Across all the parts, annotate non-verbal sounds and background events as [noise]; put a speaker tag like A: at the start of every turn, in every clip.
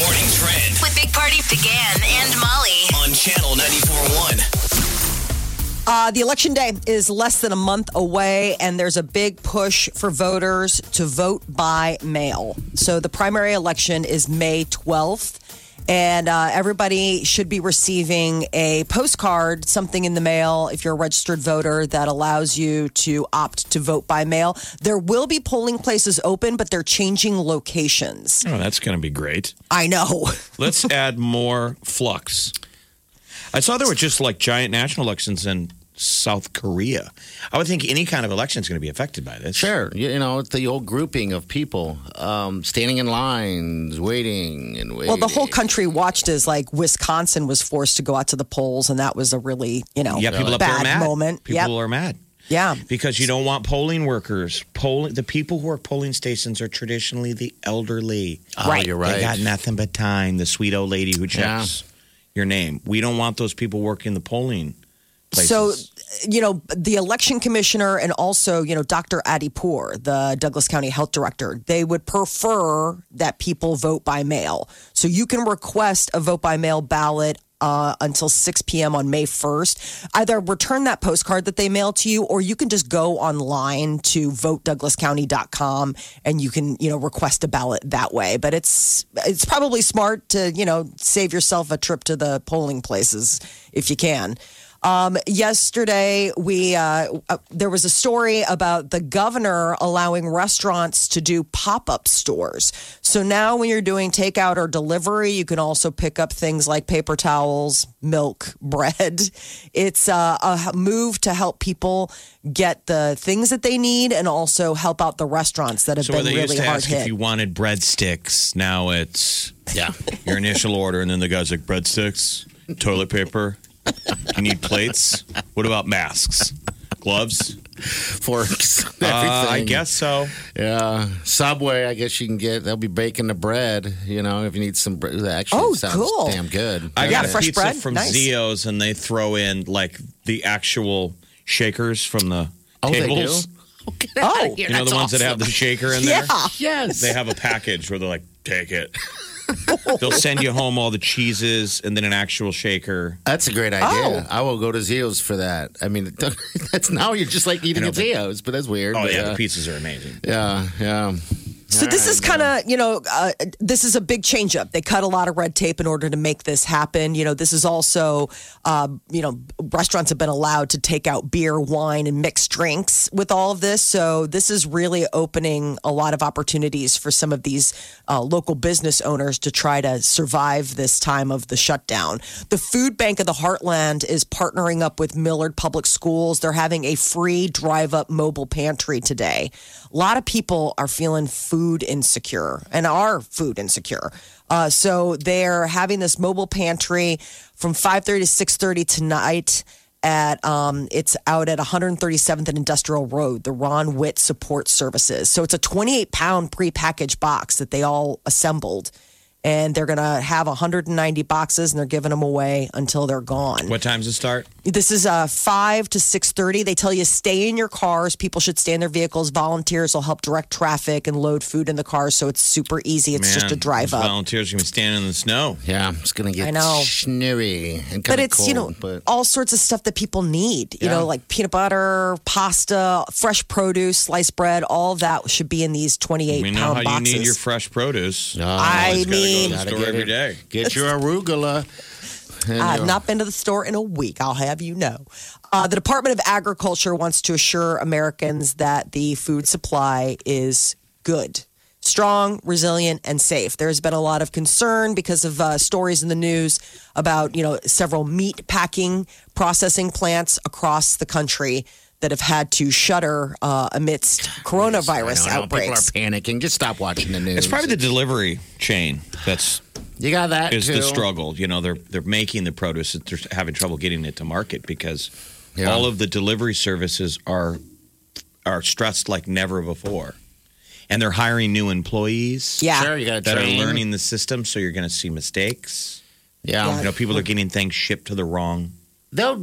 A: Morning Trend
B: with Big Party began and Molly.
A: on Channel 94.1.
C: Uh, the election day is less than a month away, and there's a big push for voters to vote by mail. So the primary election is May 12th, and uh, everybody should be receiving a postcard, something in the mail, if you're a registered voter, that allows you to opt to vote by mail. There will be polling places open, but they're changing locations.
D: Oh, that's going to be great.
C: I know. [laughs]
D: Let's add more flux. I saw there were just like giant national elections in South Korea. I would think any kind of election is going to be affected by this.
E: Sure, you, you know it's the old grouping of people um, standing in lines, waiting and waiting.
C: Well, the whole country watched as like Wisconsin was forced to go out to the polls, and that was a really you know
D: Yeah, people up there
C: bad
D: are mad.
C: moment. Yep.
D: People are mad
C: yeah,
D: because you don't want polling workers. Polling the people who work polling stations are traditionally the elderly.
E: Oh,
C: Ah, Right.
E: you're
D: They
E: right.
D: got nothing but time. The sweet old lady who checks your name. We don't want those people working the polling places.
C: So, you know, the election commissioner and also, you know, Dr. Addie Poor, the Douglas County Health Director, they would prefer that people vote by mail. So you can request a vote by mail ballot. Uh, until 6 p.m. on May 1st. Either return that postcard that they mail to you, or you can just go online to votedouglascounty.com and you can, you know, request a ballot that way. But it's it's probably smart to, you know, save yourself a trip to the polling places if you can. Um, yesterday, we uh, uh, there was a story about the governor allowing restaurants to do pop up stores. So now, when you're doing takeout or delivery, you can also pick up things like paper towels, milk, [laughs] bread. It's uh, a h- move to help people get the things that they need and also help out the restaurants that have
D: So where
C: been
D: they
C: really
D: used to
C: hard
D: ask
C: hit.
D: if you wanted breadsticks, now it's
C: [laughs]
E: Yeah,
D: your initial order, and then the guy's like, breadsticks, toilet paper, you need plates. What about masks, gloves?
E: forks.
D: Uh,
E: [laughs]
D: I
E: everything.
D: guess so.
E: Yeah, Subway. I guess you can get. They'll be baking the bread. You know, if you need some bread. Actually,
C: Oh,
E: sounds
C: cool.
E: damn good.
D: I
C: Yeah,
D: got a
C: fresh
D: pizza
C: bread,
D: from
C: nice.
D: Zio's, and they throw in like the actual shakers from the
E: Oh, they
D: tables.
E: do?
C: oh,
D: You know the ones that have the shaker in there.
C: [laughs] yeah.
E: Yes.
D: They have a package where they're like, take it. They'll send you home all the cheeses and then an actual shaker.
E: That's a great
C: Oh.
E: idea. I will go to Zio's for that. I mean, [laughs] that's now you're just like eating
D: I know,
E: at Zio's, but that's weird.
D: Oh
E: but,
D: yeah,
E: uh,
D: the pizzas are amazing.
E: yeah, yeah.
C: So this is kind of, you know, uh, this is a big change up. They cut a lot of red tape in order to make this happen. You know, this is also, uh, you know, restaurants have been allowed to take out beer, wine, and mixed drinks with all of this. So this is really opening a lot of opportunities for some of these uh, local business owners to try to survive this time of the shutdown. The Food Bank of the Heartland is partnering up with Millard Public Schools. They're having a free drive up mobile pantry today. A lot of people are feeling food insecure and are food insecure. Uh, so they're having this mobile pantry from 5.30 to 6.30 tonight at um, it's out at 137th and Industrial Road, the Ron Witt Support Services. So it's a 28 pound prepackaged box that they all assembled, and they're gonna have 190 boxes, and they're giving them away until they're gone.
D: What time's it start?
C: This is uh, five to six thirty. They tell you stay in your cars. People should stay in their vehicles. Volunteers will help direct traffic and load food in the cars, so it's super easy. It's just a
D: Man,
C: drive
D: those
C: up.
D: Volunteers are gonna be standing in the snow.
E: Yeah, it's gonna get
C: I know.
E: sneery and
C: but
E: kind of
C: it's
E: cold.
C: you know
E: but
C: all sorts of stuff that people need you know
E: Yeah.
C: like peanut butter pasta fresh produce sliced bread all that should be in these 28
D: We
C: pound
D: know how
C: boxes
D: you need your fresh produce.
C: i
D: Always gotta go
C: mean
D: to the
E: Gotta
D: store
E: get
D: every
E: it.
D: day.
E: get your arugula. and
C: I've
E: your-
C: Ah, not been to the store in a week, I'll have you know. Uh, the Department of Agriculture wants to assure Americans that the food supply is good, strong, resilient, and safe. There's been a lot of concern because of uh, stories in the news about, you know, several meat packing processing plants across the country that have had to shutter uh, amidst coronavirus
E: I know,
C: outbreaks.
E: People are panicking. Just stop watching the news.
D: It's probably the delivery chain that's
E: you got that
D: is
E: too.
D: the struggle. You know, they're they're making the produce, they're having trouble getting it to market because
E: Yeah.
D: all of the delivery services are are stressed like never before, and they're hiring new employees.
C: Yeah.
E: Sure, you got to
D: That are
E: train.
D: learning the system, so you're going to see mistakes.
E: Yeah,
D: You
C: Yeah.
D: know, people are getting things shipped to the wrong.
E: they'll.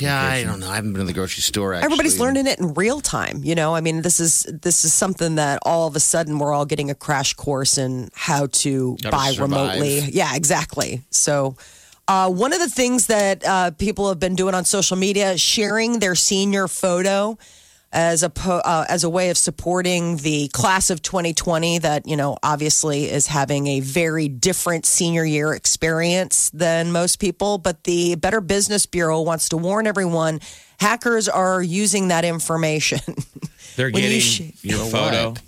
E: Yeah, I don't know. I haven't been to the grocery store. Actually.
C: Everybody's learning it in real time, you know. I mean, this is this is something that all of a sudden we're all getting a crash course in how to
E: Gotta
C: buy
E: survive.
C: remotely. Yeah, exactly. So, uh, one of the things that uh, people have been doing on social media, sharing their senior photo as a po- uh, as a way of supporting the class of 2020 that you know obviously is having a very different senior year experience than most people. But the Better Business Bureau wants to warn everyone: hackers are using that information. [laughs]
D: They're
C: When you
D: getting
C: sh-
D: your
E: For
D: photo.
E: what?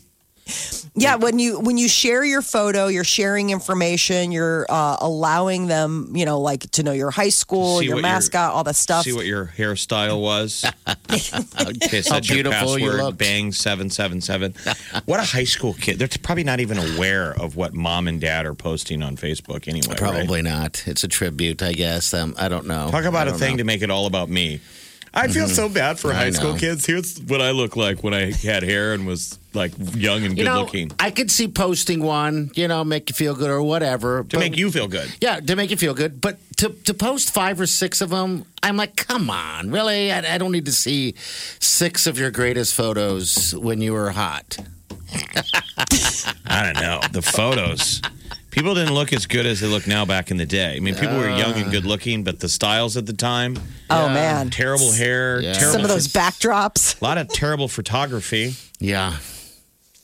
C: Yeah, when you when you share your photo, you're sharing information. You're uh, allowing them, you know, like to know your high school,
D: See
C: your
D: what your-
C: mascot, all that stuff.
D: See what your
E: [laughs]
D: hairstyle was. okay, so
E: How
D: that's your
E: beautiful
D: password.
E: you looked.
D: Bang seven seven seven. What a high school kid! They're probably not even aware of what mom and dad are posting on Facebook anyway. right?
E: Probably not. It's a tribute, I guess. Um, I don't know.
D: Talk about
E: I
D: a
E: don't
D: thing
E: know. Mm-hmm.
D: to make it all about me. I feel so bad for
E: I
D: high school
E: know.
D: kids. Here's what I look like when I had hair and was like young and good
E: You know,
D: looking
E: I could see posting one. You know, make you feel good or whatever.
D: to make you feel good.
E: Yeah, to make you feel good. But to, to post five or six of them, I'm like, come on, really? I, I don't need to see six of your greatest photos when you were hot.
D: I don't know the photos. People didn't look as good as they look now back in the day. I mean, people were young
E: Uh.
D: and good looking, but the styles at the time,
C: oh man,
D: terrible hair,
E: Yeah.
D: terrible
C: some of those backdrops.
D: A lot of terrible
E: [laughs]
D: photography.
E: Yeah.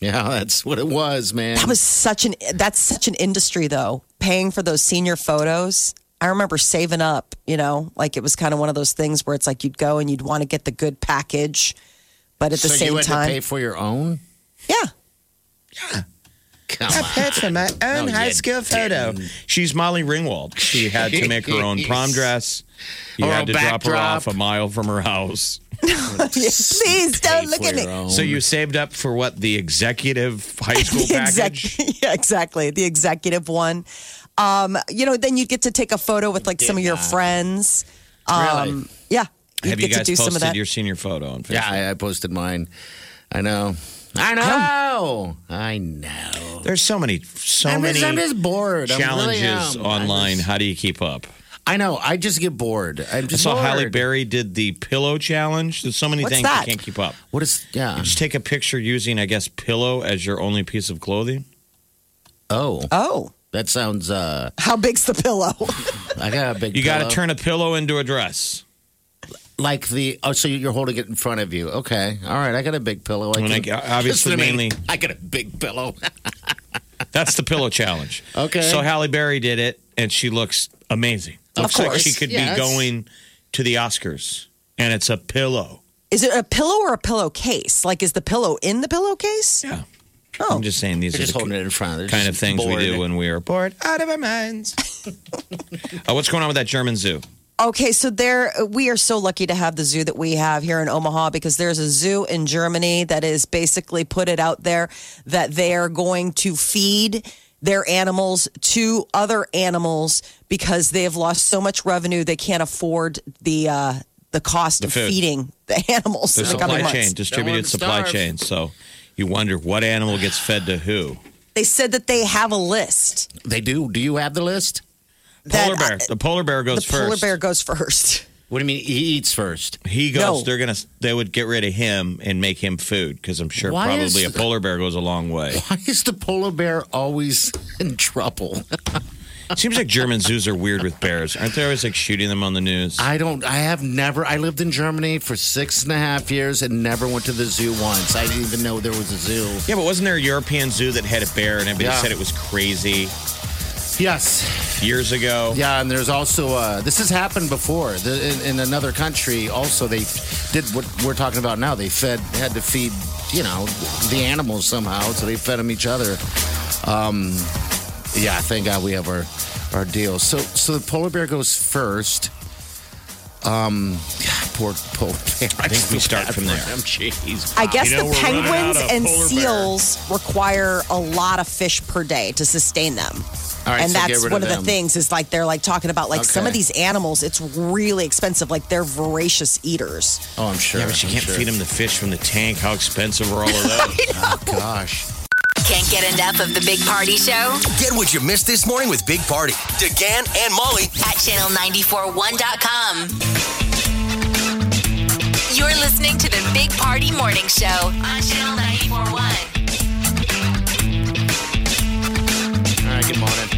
E: Yeah, that's what it was, man.
C: That was such an that's such an industry though. Paying for those senior photos. I remember saving up, you know, like it was kind of one of those things where it's like you'd go and you'd want to get the good package, but at the
E: so
C: same
E: you had
C: time,
E: to pay for your own?
C: yeah.
E: Come
C: [laughs]
D: I
E: on.
D: paid for my own
E: No,
D: high
E: you
D: school photo. She's Molly Ringwald. She had to make her own
E: [laughs]
D: prom dress. You
E: Or
D: had
E: a
D: to drop her
E: backdrop.
D: off a mile from her house.
C: Please
E: Pay
C: don't look
E: for
C: at me.
E: your own.
D: So you saved up for what the executive
E: [laughs]
D: high school
C: The
D: package?
C: exec- [laughs] yeah, exactly. The executive one. Um, you know, then you'd get to take a photo with like some of your friends. Um, Yeah. You'd
D: Have
C: get
D: you guys
C: to do
D: posted
C: some of that.
D: your senior photo on Facebook?
E: Yeah, I, I posted mine. I know. I know. I know.
D: There's so many, so
E: I'm
D: many
E: just, I'm just bored. I'm really
D: challenges
E: am. I
D: online.
E: just-
D: How do you keep up?
E: I know. I just get bored. I'm
D: I
E: just
D: saw
E: bored.
D: Halle Berry did the pillow challenge. There's so many
C: What's
D: things
C: that?
D: you can't keep up.
E: What is? Yeah.
D: Just take a picture using, I guess, pillow as your only piece of clothing.
E: Oh,
C: oh,
E: that sounds. uh
C: how big's the pillow? [laughs]
E: I got a big.
D: You got to
E: pillow.
D: turn a pillow into a dress.
E: like the. Oh, so you're holding it in front of you. Okay. All right. I got a big pillow.
D: When I
E: can-
D: g- obviously
E: Listen to me.
D: mainly-
E: I got a big pillow.
D: That's the pillow challenge.
E: Okay.
D: So Halle Berry did it, and she looks amazing. Looks like
C: course.
D: she could
E: Yes.
D: be going to the Oscars, and it's a pillow.
C: is it a pillow or a pillowcase? Like, is the pillow in the pillowcase?
D: Yeah.
C: Oh,
D: I'm [laughs] just saying these
E: You're
D: are
E: just
D: the
E: holding it in front. of
D: kind of things we do when we are bored out of our minds. uh, what's going on with that German zoo?
C: okay. So there, we are so lucky to have the zoo that we have here in Omaha because there's a zoo in Germany that is basically put it out there that they are going to feed their animals to other animals because they have lost so much revenue they can't afford the uh, the cost of
D: food.
C: feeding the [laughs] animals.
D: The
C: in the coming
D: supply
C: months.
D: chain, distributed
E: Don't
D: supply
E: let 'em starve.
D: chain. So you wonder what animal gets fed to who.
C: They said that they have a list.
E: They do. Do you have the list?
D: Polar
C: that,
D: bear.
C: uh,
D: the polar bear
C: the
D: goes
C: polar
D: first.
C: bear goes first.
E: What do you mean? He eats first. [laughs]
D: He goes.
C: No.
D: They're gonna. They would get rid of him and make him food because I'm sure
E: Why is-
D: probably a polar bear goes a long way.
E: [laughs] Why is the polar bear always [laughs] in trouble?
D: Seems like German zoos are weird with bears, aren't they? Always like shooting them on the news.
E: I don't. I have never. I lived in Germany for six and a half years and never went to the zoo once. I didn't even know there was a zoo.
D: yeah, but wasn't there a European zoo that had a bear and everybody
E: Yeah.
D: said it was crazy
E: Yes.
D: years ago?
E: Yeah, and there's also uh, this has happened before the, in, in another country. Also, they did what we're talking about now. They fed had to feed you know the animals somehow, so they fed them each other. Um, yeah, thank God we have our our deal. So so the polar [laughs] bear goes first. Um, God, poor, poor parents.
D: I think we start
E: [laughs]
D: from there.
E: Jeez.
C: I guess
F: You know,
C: the
F: we're running
C: penguins
F: out of
C: and
F: polar bear.
C: seals require a lot of fish per day to sustain them.
E: All right,
C: and
E: so get
C: that's
E: rid of
C: one of, the
E: them.
C: things is like they're like talking about like some of
E: Okay.
C: these animals, it's really expensive. Like they're voracious eaters.
E: Oh, I'm sure.
D: Yeah, but you
E: I'm
D: can't
E: sure.
D: feed them the fish from the tank. How expensive are all of
E: [laughs]
D: those?
E: Oh, gosh.
B: Can't get enough of the Big Party Show
A: Get what you missed this morning with Big Party, DeGan and Molly.
B: at channel941.com. You're listening to the Big Party Morning Show on Channel 941.
E: All right, good morning.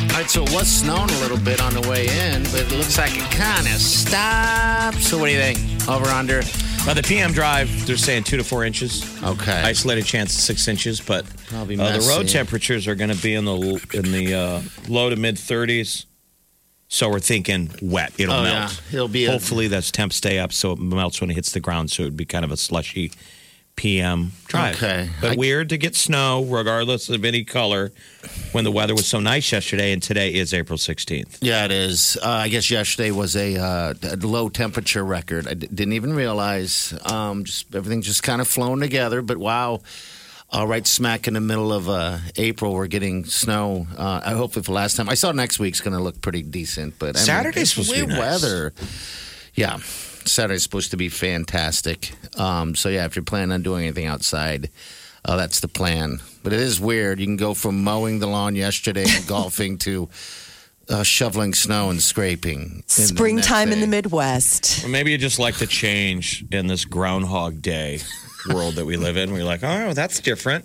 E: All right, so it was snowing a little bit on the way in, but it looks like it kind of stopped. So what do you think? Over under?
D: Now the PM drive, they're saying two to four inches.
E: Okay.
D: Isolated chance of six inches, but uh,
E: Probably
D: the road
E: messy.
D: temperatures are going to be in the in the uh, low to mid 30s. So we're thinking wet. It'll
E: Oh,
D: melt.
E: yeah. It'll be a-
D: Hopefully that's temps stay up, so it melts when it hits the ground. So it'd be kind of a slushy PM drive.
E: Okay.
D: But
E: I-
D: weird to get snow, regardless of any color, when the weather was so nice yesterday, and today is April 16th.
E: Yeah, it is. Uh, I guess yesterday was a, uh, a low temperature record. I d- didn't even realize. Um, just everything just kind of flown together. But wow, uh, right smack in the middle of uh, April, we're getting snow. Uh, I hopefully for the last time. I saw next week's going to look pretty decent. But I mean,
D: Saturday's
E: it's
D: supposed to be
E: weird
D: nice.
E: weather. Yeah, Saturday's supposed to be fantastic. Um, so yeah, if you're planning on doing anything outside. Uh, that's the plan, but it is weird. You can go from mowing the lawn yesterday
C: [laughs]
E: and golfing to uh, shoveling snow and scraping.
C: Springtime in the
E: middle.
C: Midwest.
D: Or maybe you just like the change in this Groundhog Day world that we live in. We're like, oh, that's different.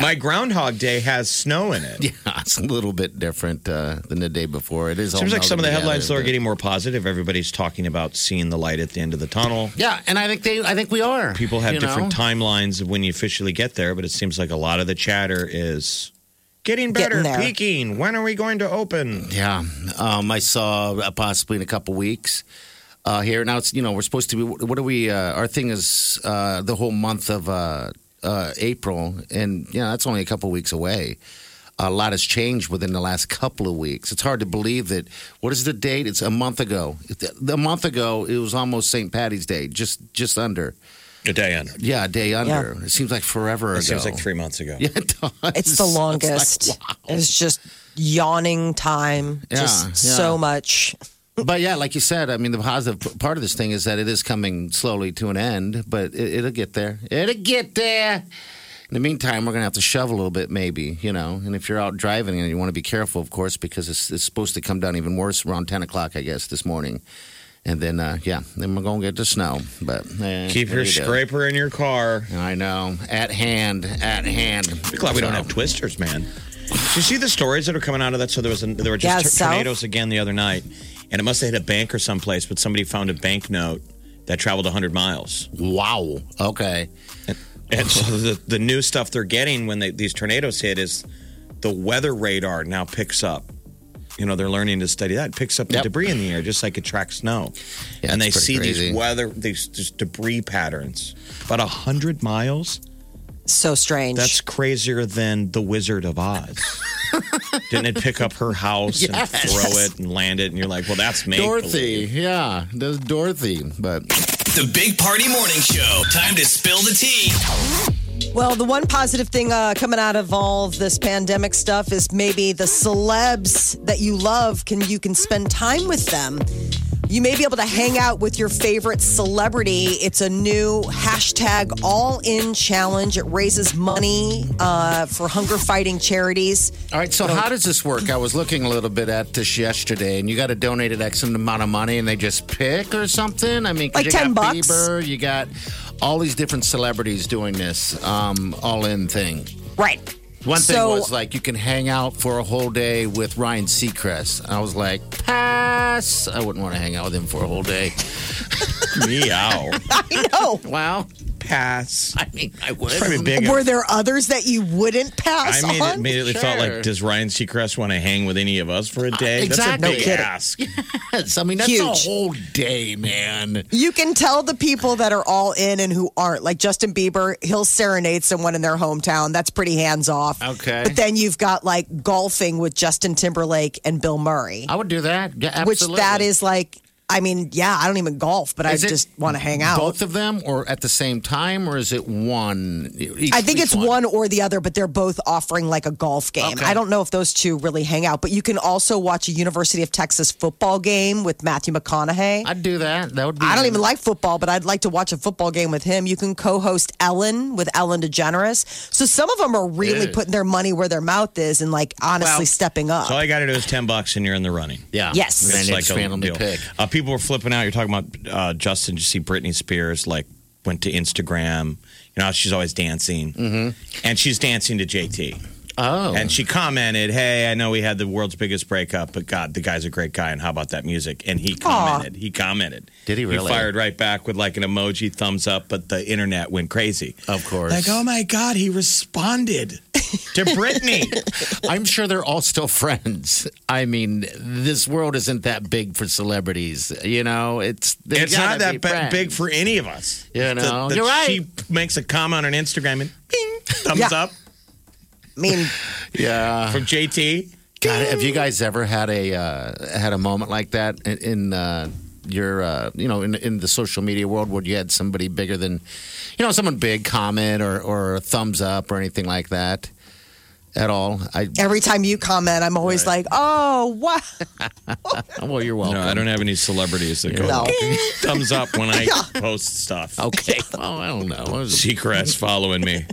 D: My Groundhog Day has snow in it.
E: [laughs] Yeah, it's a little bit different uh, than the day before. It is. all
D: Seems like some of the
E: melded
D: headlines though
E: together,
D: are getting more positive. Everybody's talking about seeing the light at the end of the tunnel.
E: but- Yeah, and I think they. I think we are.
D: People have
E: you
D: different
E: know?
D: timelines of when you officially get there, but it seems like a lot of the chatter is getting better,
C: Getting there.
D: peaking. When are we going to open?
E: Yeah, um, I saw uh, possibly in a couple weeks uh, here. Now it's you know we're supposed to be. What are we? Uh, our thing is uh, the whole month of uh, uh, April, and yeah, that's only a couple weeks away. A lot has changed within the last couple of weeks. It's hard to believe that. What is the date? It's a month ago. It- A month ago, it was almost St. Patty's Day, just just under.
D: A day in.
E: Yeah, a day under. It seems like forever
D: It
E: ago.
D: seems like three months ago.
E: Yeah, [laughs] it does. [laughs]
C: It's the longest. It's, just yawning time.
E: Yeah,
C: just
E: yeah.
C: so much.
E: [laughs] But yeah, like you said, I mean, the positive p- part of this thing is that it is coming slowly to an end, but it, it'll get there. It'll get there. In the meantime, we're going to have to shovel a little bit, maybe, you know. And if you're out driving and you want to be careful, of course, because it's, it's supposed to come down even worse around 10 o'clock, I guess, this morning. And then, uh, yeah, then we're going to get the snow. But eh,
D: Keep
E: what
D: your
E: do you do?
D: scraper in your car.
E: I know. At hand. At hand.
D: I'm glad we don't
E: So-
D: have twisters, man. Did you see the stories that are coming out of that? So there was an, there were
C: Yeah,
D: just tor-
C: south.
D: tornadoes again the other night, and it must have hit a bank or someplace. But somebody found a banknote that traveled 100 miles,
E: Wow. Okay.
D: and so the, the new stuff they're getting when they, these tornadoes hit is the weather radar now picks up. You know, they're learning to study that. It picks up the
E: Yep.
D: debris in the air just like it tracks snow,
E: Yeah,
D: and they
E: it's
D: see
E: pretty
D: these
E: crazy.
D: weather these just debris patterns. About 100 miles.
C: So strange.
D: That's crazier than the Wizard
E: [laughs]
D: of Oz. Didn't it pick up her house and throw it and land it? And you're like, well, that's make
E: Dorothy.
D: believe.
E: Yeah. There's Dorothy. But.
A: The Big Party Morning Show. Time to spill the tea.
C: Well, the one positive thing uh, coming out of all of this pandemic stuff is maybe the celebs that you love can you can spend time with them. You may be able to hang out with your favorite celebrity. It's a new hashtag All In Challenge. It raises money uh, for hunger fighting charities.
E: All right, so how does this work? I was looking a little bit at this yesterday, and you got to donate an X amount of money, and they just pick or something. I mean, 'cause
C: Like
E: you
C: 10
E: got
C: bucks?
E: Bieber, you got all these different celebrities doing this um, all-in thing.
C: Right.
E: One thing
C: So-
E: was like you can hang out for a whole day with Ryan Seacrest. I was like, pass. I wouldn't want to hang out with him for a whole day.
D: Meow.
C: [laughs] I know.
E: Wow.
D: Pass.
E: I mean, I would.
D: Probably big.
C: Were there others that you wouldn't
D: I
C: pass
D: made it,
C: on?
D: immediately thought
E: Sure.
D: like, does Ryan Seacrest want to hang with any of us for a day?
E: exactly.
D: That's a big
E: No kidding.
D: ask.
E: Yes, [laughs] I mean, that's a
C: Huge.
E: whole day, man.
C: You can tell the people that are all in and who aren't. Like Justin Bieber, he'll serenade someone in their hometown. That's pretty hands off.
E: Okay.
C: But then you've got like golfing with Justin Timberlake and Bill Murray,
E: I would do that. Yeah,
C: which
E: absolutely.
C: that is like, I mean, yeah, I don't even golf, but
E: Is
C: I
E: it
C: just want to hang out.
E: Both of them, or at the same time, or is it one? each-
C: I think
E: each
C: it's one or the other, but they're both offering like a golf game.
E: Okay.
C: I don't know if those two really hang out, but you can also watch a University of Texas football game with Matthew McConaughey. I,
E: I'd do that. That would be.
C: don't even like football, but I'd like to watch a football game with him. You can co-host Ellen with Ellen DeGeneres. So some of them are really
E: Ew.
C: putting their money where their mouth is and like honestly
E: Well,
C: stepping up.
D: So all you got to do is ten bucks, and you're in the running.
E: Yeah.
C: Yes.
E: And
C: It's
E: it's like a family
D: deal.
E: pick.
D: Uh, people were flipping out. You're talking about uh, Justin. You see Britney Spears like went to Instagram. You know she's always dancing, mm-hmm. and she's dancing to JT.
E: Oh.
D: And she commented, "Hey, I know we had the world's biggest breakup, but God, the guy's a great guy. And how about that music?" And he commented. He commented.
E: Did he really?
D: He fired right back with like an emoji thumbs up, but the internet went crazy.
E: Of course.
D: Like,
C: um,
D: oh my God, he responded to Britney.
E: I'm sure they're all still [laughs] friends. I mean, this world isn't that big for celebrities. You know, it's they
D: it's
E: gotta
D: not that
E: be
D: ba-
E: friends.
D: big for any of us.
E: You know,
D: that
E: you're right.
D: She makes a comment on Instagram and bing, thumbs
C: Yeah.
D: up
C: I mean,
E: Yeah.
D: from JT.
E: God, have you guys ever had a uh, had a moment like that in, in uh, your uh, you know in, in the social media world where you had somebody bigger than you know someone big comment or or a thumbs up or anything like that at all? I
C: every time you comment, I'm always like, "Oh, wow."
E: well, you're welcome.
D: No, I don't have any celebrities that go
C: No.
D: "Bing," thumbs up when I post stuff.
E: Okay. Well, I don't know. It was
D: Seacrest following me.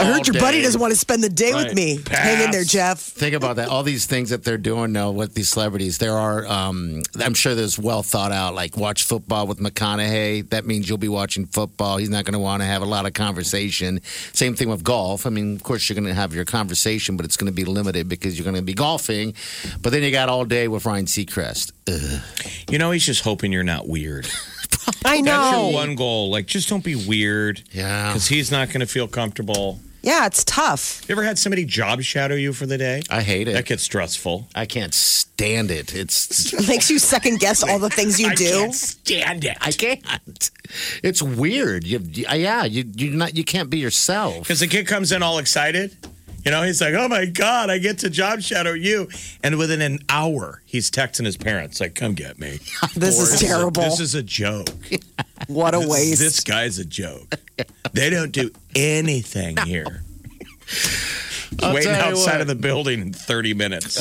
C: I heard
E: all
C: your buddy
E: day.
C: doesn't want to spend the day with
D: Right.
C: me. Hang in there,
D: Pass.
C: Jeff.
E: Think about that. All these things that they're doing now with these celebrities. There are, um, I'm sure there's well thought out, like watch football with McConaughey. That means you'll be watching football. He's not going to want to have a lot of conversation. Same thing with golf. I mean, of course, you're going to have your conversation, but it's going to be limited because you're going to be golfing. But then you got all day with Ryan Seacrest. Ugh.
D: You know, he's just hoping you're not weird.
C: I
D: That's
C: know.
D: your one goal. Like, just don't be weird.
E: Yeah.
D: Because he's not going to feel comfortable.
C: Yeah, it's tough.
D: You ever had somebody job shadow you for the day?
E: I hate
D: That
E: it.
D: gets stressful.
E: I can't stand it. It's
C: makes you second guess all the things you
D: I
C: do.
D: can't stand it.
E: [laughs] I can't. It's weird. You, you- yeah, you you not you can't be yourself.
D: Because the kid comes in all excited. You know, he's like, oh my God, I get to job shadow you. And within an hour, he's texting his parents, like, come get me.
C: This is terrible.
D: This is a joke.
C: what [laughs] a waste.
D: This guy's a joke. They don't do anything here.
E: [laughs] I'll
D: Waiting
E: tell you
D: outside
E: what. Uh,
D: of the building in 30 minutes.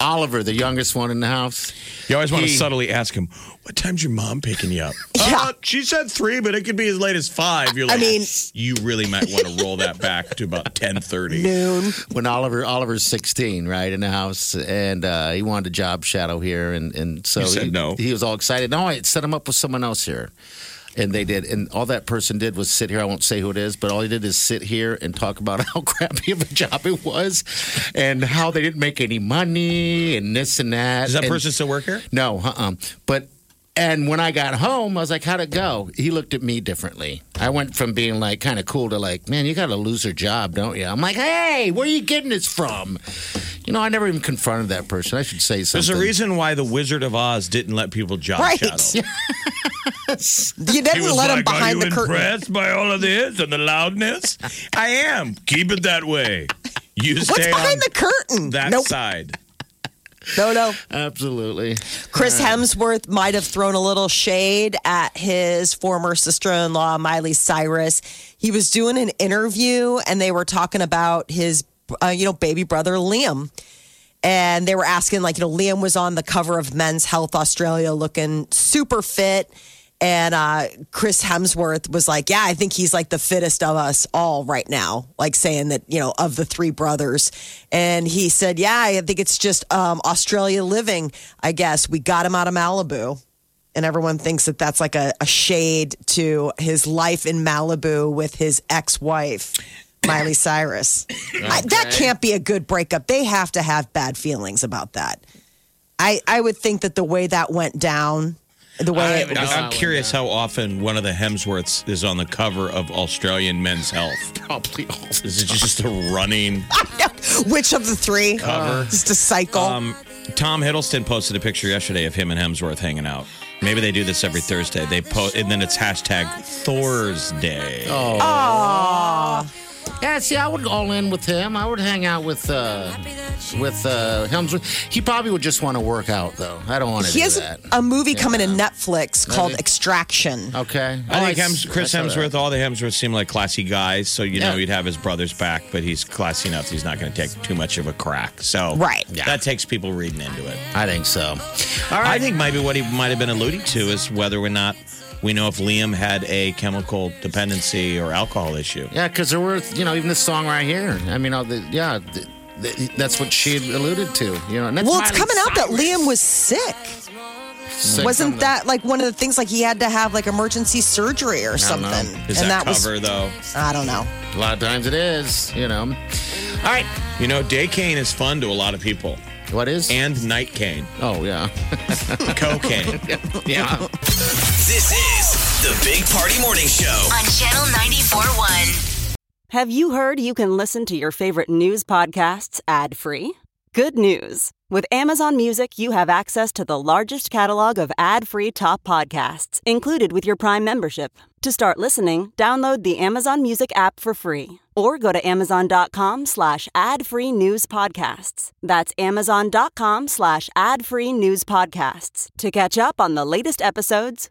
E: Oliver, the youngest one in the house.
D: You always want to
E: He-
D: subtly ask him, "What time's your mom picking you up?"
C: [laughs] Yeah.
D: "Uh, she said three, but it could be as late as five. You're
C: I
D: like,
C: mean-
D: you really might want to roll that back to about ten thirty.
C: Noon.
E: when Oliver Oliver's 16, right, in the house, and uh, he wanted a job shadow here, and and so
D: You said
E: he,
D: no.
E: he was all excited. No, I set him up with someone else here, and they did, and all that person did was sit here. I won't say who it is, but all he did is sit here and talk about [laughs] how crappy of a job it was, and how they didn't make any money, and this and that.
D: Does that
E: and,
D: person still work here?
E: No, uh uh But and when I got home, I was like, "How'd it go?" He looked at me differently. I went from being like kind of cool to like, "Man, you got a loser job, don't you?" I'm like, "Hey, where are you getting this from?" You know, I never even confronted that person. I should say something.
D: There's a reason why the Wizard of Oz didn't let people job
C: Right. [laughs]
D: shadow.
C: You didn't let him behind the curtain.
D: impressed by all of this and
C: [laughs]
D: the loudness? I am. Keep it that way. You stay
C: What's
D: on
C: behind the curtain?
D: that
C: nope.
D: side.
C: No, no.
E: Absolutely.
C: Chris Hemsworth might have thrown a little shade at his former sister in law, Miley Cyrus. He was doing an interview and they were talking about his, uh, you know, baby brother, Liam. And they were asking, like, you know, Liam was on the cover of Men's Health Australia looking super fit. And uh, Chris Hemsworth was like, Yeah, I think he's like the fittest of us all right now, like saying that, you know, of the three brothers. And he said, Yeah, I think it's just um, Australia living, I guess. We got him out of Malibu. And everyone thinks that that's like a, a shade to his life in Malibu with his ex wife, Miley Cyrus. I, that can't be a good breakup. They have to have bad feelings about that. I, I would think that the way that went down, the way it
D: I,
E: was-
D: I'm curious how often one of the Hemsworths is on the cover of Australian Men's Health.
E: Probably all.
D: Is it just a
C: [laughs]
D: running?
C: Which of the three? Uh, Just a cycle.
E: Um,
D: Tom Hiddleston posted a picture yesterday of him and Hemsworth hanging out. Maybe they do this every Thursday.
C: Oh,
D: They post, and then it's hashtag Thursday.
E: Oh. Yeah, see, I would all in with him. I would hang out with uh, with uh, Helmsworth. He probably would just want to work out, though. I don't want to
C: He
E: do
C: has
E: that.
C: a movie coming to Netflix called
E: Really?
C: Extraction.
E: okay.
D: I
E: Oh,
D: think
E: s-
D: Hems- Chris
E: I saw
D: Hemsworth,
E: that.
D: all the Hemsworths seem like classy guys, so you know
E: Yeah.
D: you'd have his brothers back, but he's classy enough; he's not going to take too much of a crack. So
C: Right.
E: Yeah.
D: that takes people reading into it.
E: I think so.
D: All right. I think maybe what he might have been alluding to is whether or not we know if Liam had a chemical dependency or alcohol issue.
E: Yeah, because there were, you know, even this song right here. I mean, all the, yeah, th- th- that's what she had alluded to. You know, and that's
C: Well, it's
E: Miley
C: coming out that
E: Cyrus
C: Liam was sick.
E: said
C: Wasn't
E: something.
C: that like one of the things? Like he had to have like emergency surgery or
E: don't know.
C: something.
D: Is
C: and
D: that,
C: that
D: cover though?
C: was I don't know.
E: A lot of times it is. You know. All right.
D: You know, day cane is fun to a lot of people,
E: What is?
D: and night cane,
E: oh
D: [laughs]
E: yeah.
D: cocaine.
E: [laughs] yeah.
A: This is the Big Party Morning Show.
B: on Channel 94.1.
F: Have you heard you can listen to your favorite news podcasts ad free? Good news! With Amazon Music, you have access to the largest catalog of ad free top podcasts included with your Prime membership. To start listening, download the Amazon Music app for free or go to amazon.com slash ad free news podcasts. That's amazon.com slash ad free news podcasts to catch up on the latest episodes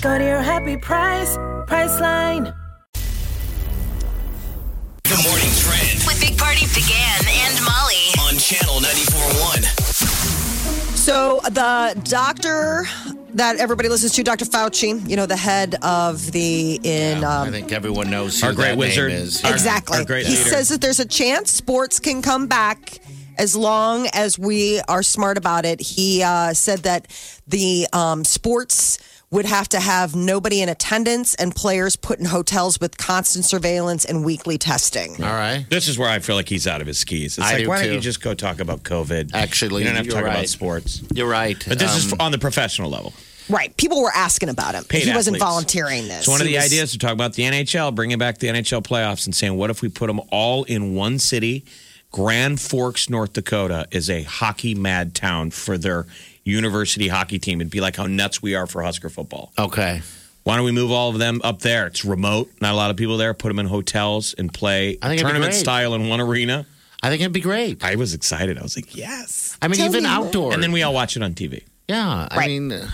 G: Go to your happy price, Priceline.
A: The morning trend
B: With Big Party began and Molly.
A: on Channel 94.1.
C: So the doctor that everybody listens to, Dr. Fauci, you know, the head of the in
E: I
C: um,
E: think everyone knows who
D: Our great
E: that
D: wizard.
E: name is.
D: Our-
C: exactly.
D: our great
C: he
D: leader.
C: says that there's a chance sports can come back as long as we are smart about it. He uh, said that the um, sports would have to have nobody in attendance and players put in hotels with constant surveillance and weekly testing.
E: All right.
D: This is where I feel like he's out of his skis. It's
E: I
D: like,
E: do
D: why don't
E: too.
D: you just go talk about COVID?
E: Actually,
D: you don't have to
E: you're
D: talk about
E: right.
D: sports.
E: You're right.
D: But this is
E: Um,
D: on the professional level.
C: Right. People were asking about him.
D: Paid
C: he wasn't
D: athletes.
C: volunteering this.
D: It's one of
C: He
D: the
C: was-
D: ideas to talk about the NHL, bringing back the NHL playoffs and saying, what if we put them all in one city? Grand Forks, North Dakota is a hockey mad town for their university hockey team. It'd be like how nuts we are for Husker football.
E: Okay.
D: Why don't we move all of them up there? It's remote, not a lot of people there. Put them in hotels and play
E: I think it'd be
D: tournament
E: great.
D: style in one arena.
E: I think it'd be great.
D: I was excited. I was like, yes.
E: I mean,
C: Tell
E: even
C: me more.
E: outdoor.
D: And then we all watch it on TV
E: yeah. I
C: Right.
E: mean, uh,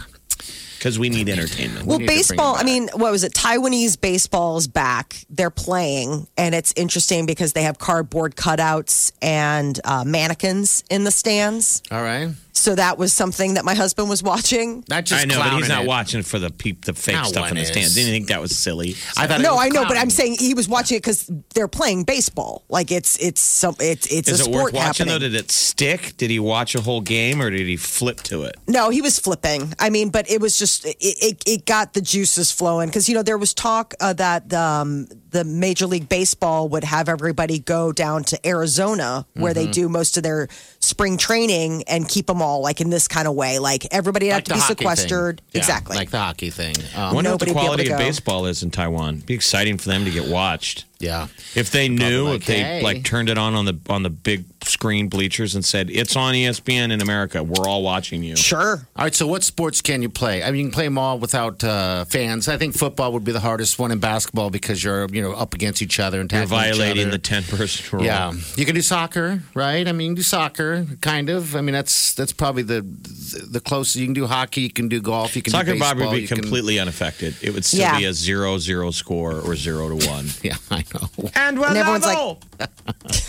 D: because we need entertainment.
C: Well,
E: need to bring
C: baseball,
E: it
C: I mean, what was it? Taiwanese baseball's back. They're playing, and it's interesting because they have cardboard cutouts and uh, mannequins in the stands.
E: all right.
C: So that was something that my husband was watching.
E: Not just
D: I know, but he's
E: clowning
D: not
E: it.
D: watching for the peep, the fake
E: No
D: stuff in
E: one
D: the
E: is.
D: stands. Didn't you think that was silly?
E: I thought. it
C: No,
E: was
C: I know, but I'm
E: clowning.
C: saying he was watching it because they're playing baseball. Like it's it's some it's it's
D: Is
C: a
D: it
C: sport
D: worth watching
C: happening.
D: though? Did it stick? Did he watch a whole game or did he flip to it?
C: No, he was flipping. I mean, but it was just it it, it got the juices flowing because you know there was talk uh, that um, the Major League Baseball would have everybody go down to Arizona where they do most of their spring training and keep them all like in this kind of way, like everybody would
E: Like
C: have to
E: the
C: be
E: hockey thing.
C: sequestered.
E: Yeah,
C: exactly.
E: Like the hockey thing.
D: I
E: Um,
D: wonder what
C: Nobody would
D: the
C: be able
D: quality
C: to
D: of
C: go.
D: baseball is in Taiwan. Be exciting for them to get watched.
E: yeah.
D: If they knew,
E: Probably
D: if they
E: like, hey.
D: like turned it on on the on the big screen bleachers and said, "It's on E ESPN in America. We're all watching you."
C: sure.
E: All right, so what sports can you play? I mean, you can play them all without uh, fans. I think football would be the hardest one, and basketball because you're you know up against each other and
D: You're
E: tackling each
D: violating
E: other.
D: the ten person rule.
E: Yeah, you can do soccer, right? I mean, you can do soccer, kind of. I mean, that's that's probably the the closest you can do hockey. You can do golf. You can
D: Soccer
E: do
D: Bob
E: baseball.
D: would be
E: you can-
D: completely unaffected. It would still
C: Yeah.
D: be a zero zero score or zero to one.
E: [laughs] yeah, I know.
D: and one
C: And everyone's like-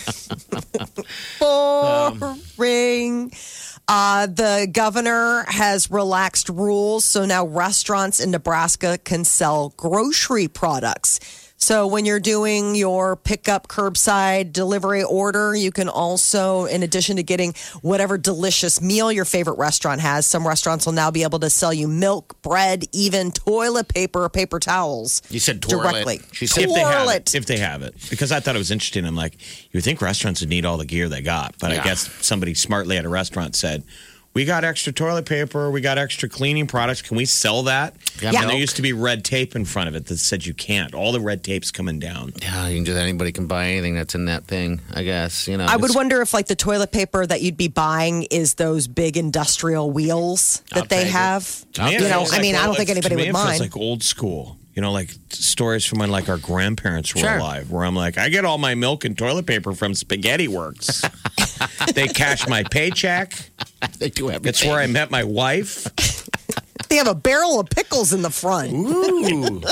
C: [laughs] boring. Uh, the governor has relaxed rules, so now restaurants in Nebraska can sell grocery products. So when you're doing your pickup curbside delivery order, you can also, in addition to getting whatever delicious meal your favorite restaurant has, some restaurants will now be able to sell you milk, bread, even toilet paper, paper towels.
E: You said toilet.
C: directly.
E: She said-
D: If they, have it,
C: toilet.
D: if they have it, because I thought it was interesting. I'm like, you would think restaurants would need all the gear they got, but I
E: Yeah.
D: guess somebody smartly at a restaurant said, "We got extra toilet paper, we got extra cleaning products. Can we sell that?"
E: Yeah,
D: And there
E: milk.
D: used to be red tape in front of it that said you can't. All the red tape's coming down.
E: Yeah, you can do that. Anybody can buy anything that's in that thing. I guess you know.
C: I would
E: it's-
C: wonder if like the toilet paper that you'd be buying is those big industrial wheels that
E: I'll
C: they
E: take it.
C: have.
D: To me, it
C: You know,
D: feels
C: I
D: like
C: mean, I don't
D: old-
C: think
D: to
C: anybody
D: me,
C: would
D: it feels
C: mind.
D: like old school. You know, like stories from when like our grandparents were
E: Sure.
D: alive, where I'm like, I get all my milk and toilet paper from
C: [laughs]
D: Spaghetti Works. they cash my paycheck.
E: [laughs] they do have.
D: It's where I met my wife.
C: They have a barrel of pickles in the front.
E: Ooh.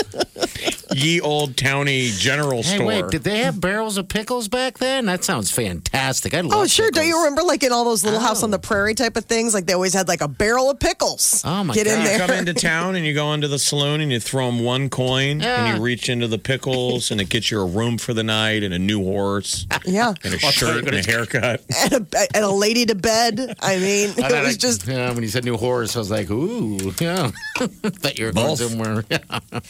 D: Ye old towny general
E: hey,
D: store.
E: wait! Did they have barrels of pickles back then? That sounds fantastic. I love.
C: Oh, sure. Don't you
E: pickles.
C: remember, like, in all those little house on
D: Oh.
C: the prairie type of things? Like, they always had, like, a barrel of pickles.
E: Oh, my
C: Get in
E: God.
D: you
C: there.
D: come into town and you go into the saloon and you throw them one coin and you reach into the pickles and it gets you a room for the night and a new horse
C: [laughs]
E: [laughs]
C: yeah.
D: and a shirt and a haircut.
C: And a, and a lady to bed. I
D: [laughs]
C: mean,
E: I
C: [laughs]
E: thought
C: it was
E: I-
C: just.
E: yeah, when you said new horse, I was like, ooh, [laughs] yeah. Thought you were
D: Both.
E: going somewhere. [laughs]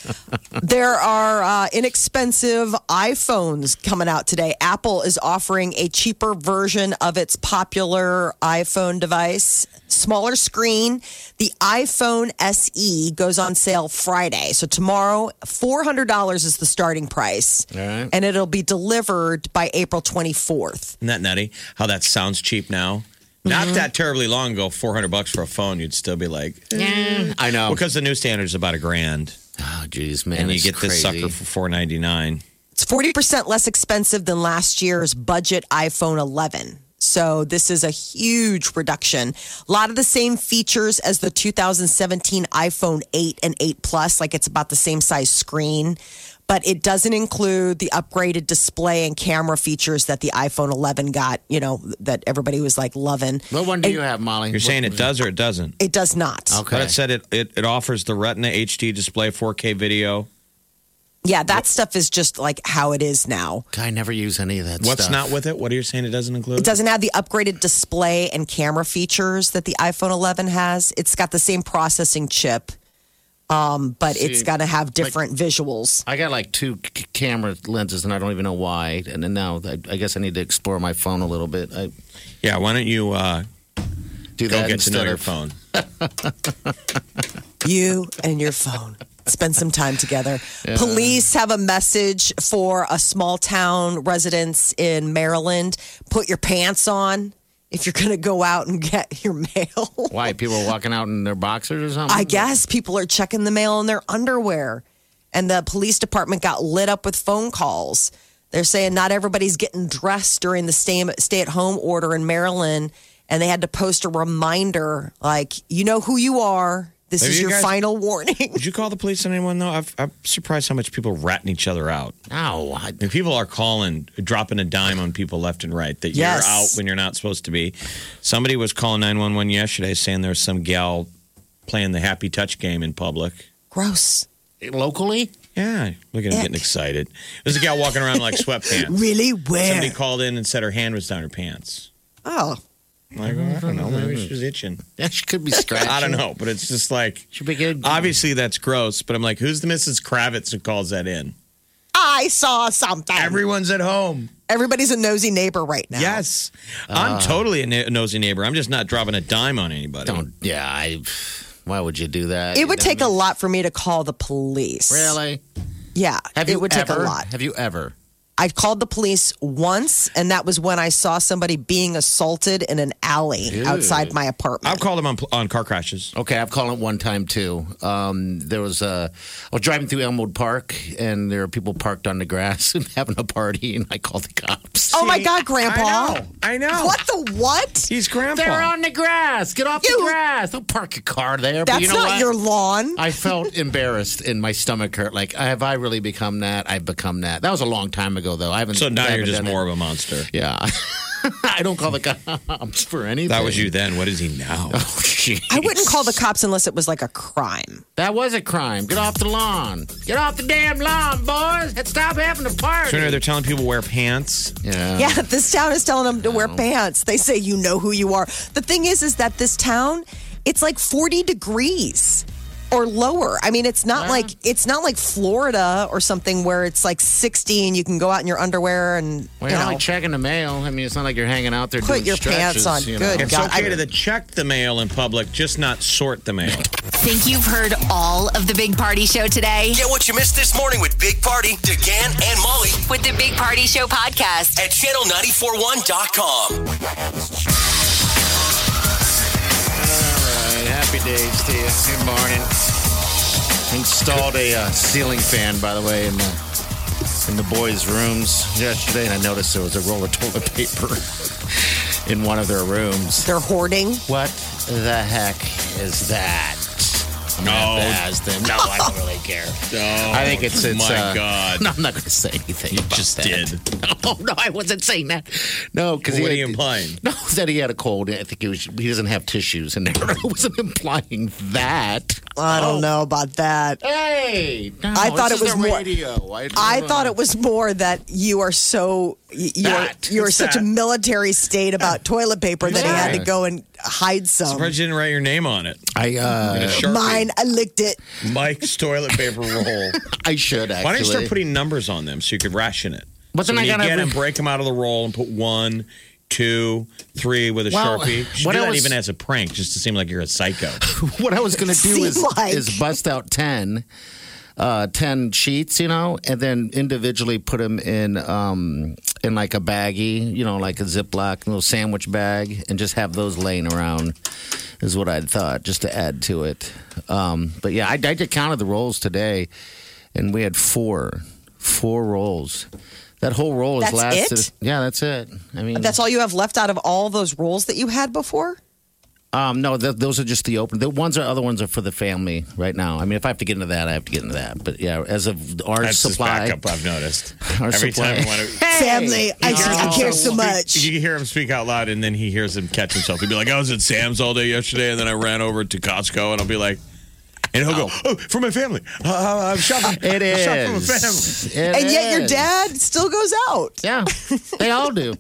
C: There are uh, inexpensive iPhones coming out today. Apple is offering a cheaper version of its popular iPhone device, smaller screen. The iPhone SE goes on sale Friday. So, tomorrow, $400 is the starting price.
E: right.
C: And it'll be delivered by April 24th.
D: Isn't that nutty? How that sounds cheap now.
E: Mm-hmm.
D: Not that terribly long ago, four hundred bucks for a phone, you'd still be like,
E: I know.
D: because the new standard is about a grand,
E: oh, jeez, man,
D: and you
E: it's
D: get this
E: crazy.
D: sucker for four ninety nine.
C: It's 40% less expensive than last year's budget iPhone 11. So this is a huge reduction. A lot of the same features as the 2017 iPhone 8 and 8 Plus, like it's about the same size screen, but it doesn't include the upgraded display and camera features that the iPhone 11 got, you know, that everybody was like loving.
E: What one do you have, Molly?
D: You're saying it does or it doesn't?
C: It does not.
D: But
E: Okay.
D: it said it, it, it offers the Retina HD display, 4K video.
C: Yeah, that stuff is just like how it is now.
E: I never use any of that
D: What's
E: stuff.
D: not with it? What are you saying it doesn't include?
C: It doesn't have the upgraded display and camera features that the iPhone 11 has. It's got the same processing chip, um, but it's
E: See,
C: going to have different visuals.
E: I got like two c- camera lenses, and I don't even know why. And then now, I, I guess I need to explore my phone a little bit. I
D: Yeah, why don't you uh,
E: do
D: go
E: that
D: get to know
E: instead
D: your
E: of-
D: phone?
C: You and your phone. Spend some time together. Police have a message for a small town residents in Maryland. Put your pants on if you're going to go out and get your [laughs] mail.
E: Why people are walking out in their boxers or something?
C: I guess people are checking the mail in their underwear. And the police department got lit up with phone calls. They're saying not everybody's getting dressed during the stay, stay at home order in Maryland. And they had to post a reminder like, you know who you are. This
D: Maybe
C: is
D: you
C: your
D: guys-
C: final warning. [laughs]
D: Would you call the police on anyone though? I've, I'm surprised how much people ratting each other out.
E: No, I,
D: I mean, people are calling, dropping a dime on people left and right that
C: Yes.
D: you're out when you're not supposed to be. Somebody was calling 911 yesterday saying there's some gal playing the happy touch game in public.
C: Gross.
E: locally.
D: Yeah, look at him getting
C: Ick.
D: excited. There's a gal walking around in, like
C: [laughs]
D: sweatpants.
C: Really? Where?
D: Somebody called in and said her hand was down her pants.
C: oh,
D: I'm like, "Oh, I don't know, maybe she was itching.
E: That sh-
D: [laughs]
E: could be scratched.
D: I don't know, but it's just like,
E: Should be good.
D: obviously that's gross, but I'm like, who's the Mrs. Kravitz who calls that in?
C: I saw something.
D: Everyone's at home.
C: Everybody's a nosy neighbor right now.
D: Yes.
E: Uh.
D: I'm totally a na- nosy neighbor. I'm just not dropping a dime on anybody.
E: Don't. Yeah. I, why would you do that?
C: It would
E: You
C: take a
E: don't-
C: lot for me to call the police.
E: Really?
C: Yeah.
E: Have
C: it
E: you
C: would
E: ever,
C: take a lot.
E: Have you ever?
C: I called the police once, and that was when I saw somebody being assaulted in an alley outside my apartment.
D: I've called him on, pl- on car crashes.
E: Okay, I've called it one time too. Um, there was a, I was driving through Elmwood Park, and there were people parked on the grass [laughs] and having a party, and I called the cops.
C: oh my God, Grandpa!
D: I know.
C: What the what?
D: He's grandpa.
E: They're on the grass. Get off
C: You-
E: the grass. Don't park your car there.
C: That's
E: but you know
C: not
E: what?
C: your lawn.
E: I felt embarrassed and my stomach hurt. Like, have I really become that? I've become that. That was a long time ago, though. I haven't.
D: so now
E: I
D: you're
E: haven't
D: just
E: done it.
D: more of a monster.
E: Yeah. [laughs] I don't call the cops for anything.
D: That was you then. What is he now?
E: [laughs] Oh, jeez.
C: I wouldn't call the cops unless it was like a crime.
E: That was a crime. Get off the lawn. Get off the damn lawn, boys. And stop having a party.
D: Turner, they're telling people wear pants.
E: yeah.
C: Yeah, [laughs] this town is telling them to
D: Oh.
C: wear pants. They say you know who you are. The thing is, is that this town, it's like 40 degrees or lower. I mean, it's not like it's not like Florida or something where it's like 60 and you can go out in your underwear and
E: Well,
C: you
E: you're not
C: know.
E: like checking the mail. I mean, it's not like you're hanging out there
C: Put
E: doing
C: your
E: stretches,
C: pants on.
E: you
C: Good
E: know.
D: It's
C: God, I-
D: okay to check the mail in public, just not sort the mail.
B: Think you've heard all of the Big Party Show today?
A: Get what you missed this morning with Big Party, DeGan, and Molly
B: With the Big Party Show podcast.
A: at channel941.com.
E: All right, happy days to you. Good morning. Installed a uh, ceiling fan, by the way, in the in the boys' rooms yesterday, and I noticed there was a roll of toilet paper [laughs] in one of their rooms.
C: they're hoarding.
E: What the heck is that? I'm gonna have to ask them. No, I don't really care. [laughs] I think it's it's.
D: Oh, my
E: uh,
D: God.
E: [laughs] No, I'm not going to say anything. You
D: just did.
E: [laughs] No, no, I wasn't saying that. No, because
D: What are
E: he
D: you
E: had-
D: implying?
E: [laughs] No, that he had a cold. I think he was. He doesn't have tissues in there. [laughs] I wasn't implying that.
C: I
E: Oh.
C: don't know about that.
E: Hey, no,
C: I thought
E: this
C: it was
E: is the
C: more-
E: radio. I,
C: I thought it was more that you are so y- you're
E: That.
C: you're
E: It's
C: such a
E: that.
C: military state about toilet paper that he had to
E: Yeah.
C: go and hide some.
D: Surprised you didn't write your name on it.
E: I uh,
D: Sharpie.
C: Mine, I licked it.
D: Mike's toilet
E: [laughs]
D: paper roll.
E: I should actually.
D: Why don't you start putting numbers on them so you could ration it?
E: But
D: so
E: then
D: when
E: I
D: you
E: gotta
D: get
E: re-
D: them, break them out of the roll and put one, two, three with a
E: Well,
D: sharpie. You should
E: what
D: do
E: I
D: that
E: was-
D: even as a prank, just to seem like you're a psycho.
E: [laughs] what I was
C: [laughs]
E: going to do
C: Seem
E: is
C: like.
E: is bust out 10, uh, 10 sheets, you know, and then individually put them in um, in like a baggie, you know, like a Ziploc little sandwich bag, and just have those laying around. Is what I'd thought, just to add to it. Um, but yeah, I, I just counted the rolls today, and we had four, four rolls. That whole roll has
C: That's
E: lasted.
C: it?
E: Yeah, that's it. I mean,
C: That's all you have left out of all those rolls that you had before?
E: Um, no, th- those are just the open. The ones are other ones are for the family right now. I mean, if I have to get into that, I have to get into that. But yeah, as of our
D: That's his
E: supply,
D: backup. I've noticed
E: Our
D: every
E: supply.
D: time. I want to,
C: Family, I, I care so
D: You
C: much.
D: can hear him speak out loud, and then he hears him catch himself. He'd be like, "I was at Sam's all day yesterday, and then I ran over to Costco, and I'll be like." And he'll go, oh, for my family. Uh, Uh, I'm shopping.
E: [laughs] it
D: [laughs] I'm shopping for my family.
E: is. It
C: And yet your
E: is.
C: dad still goes out.
E: Yeah, they all do.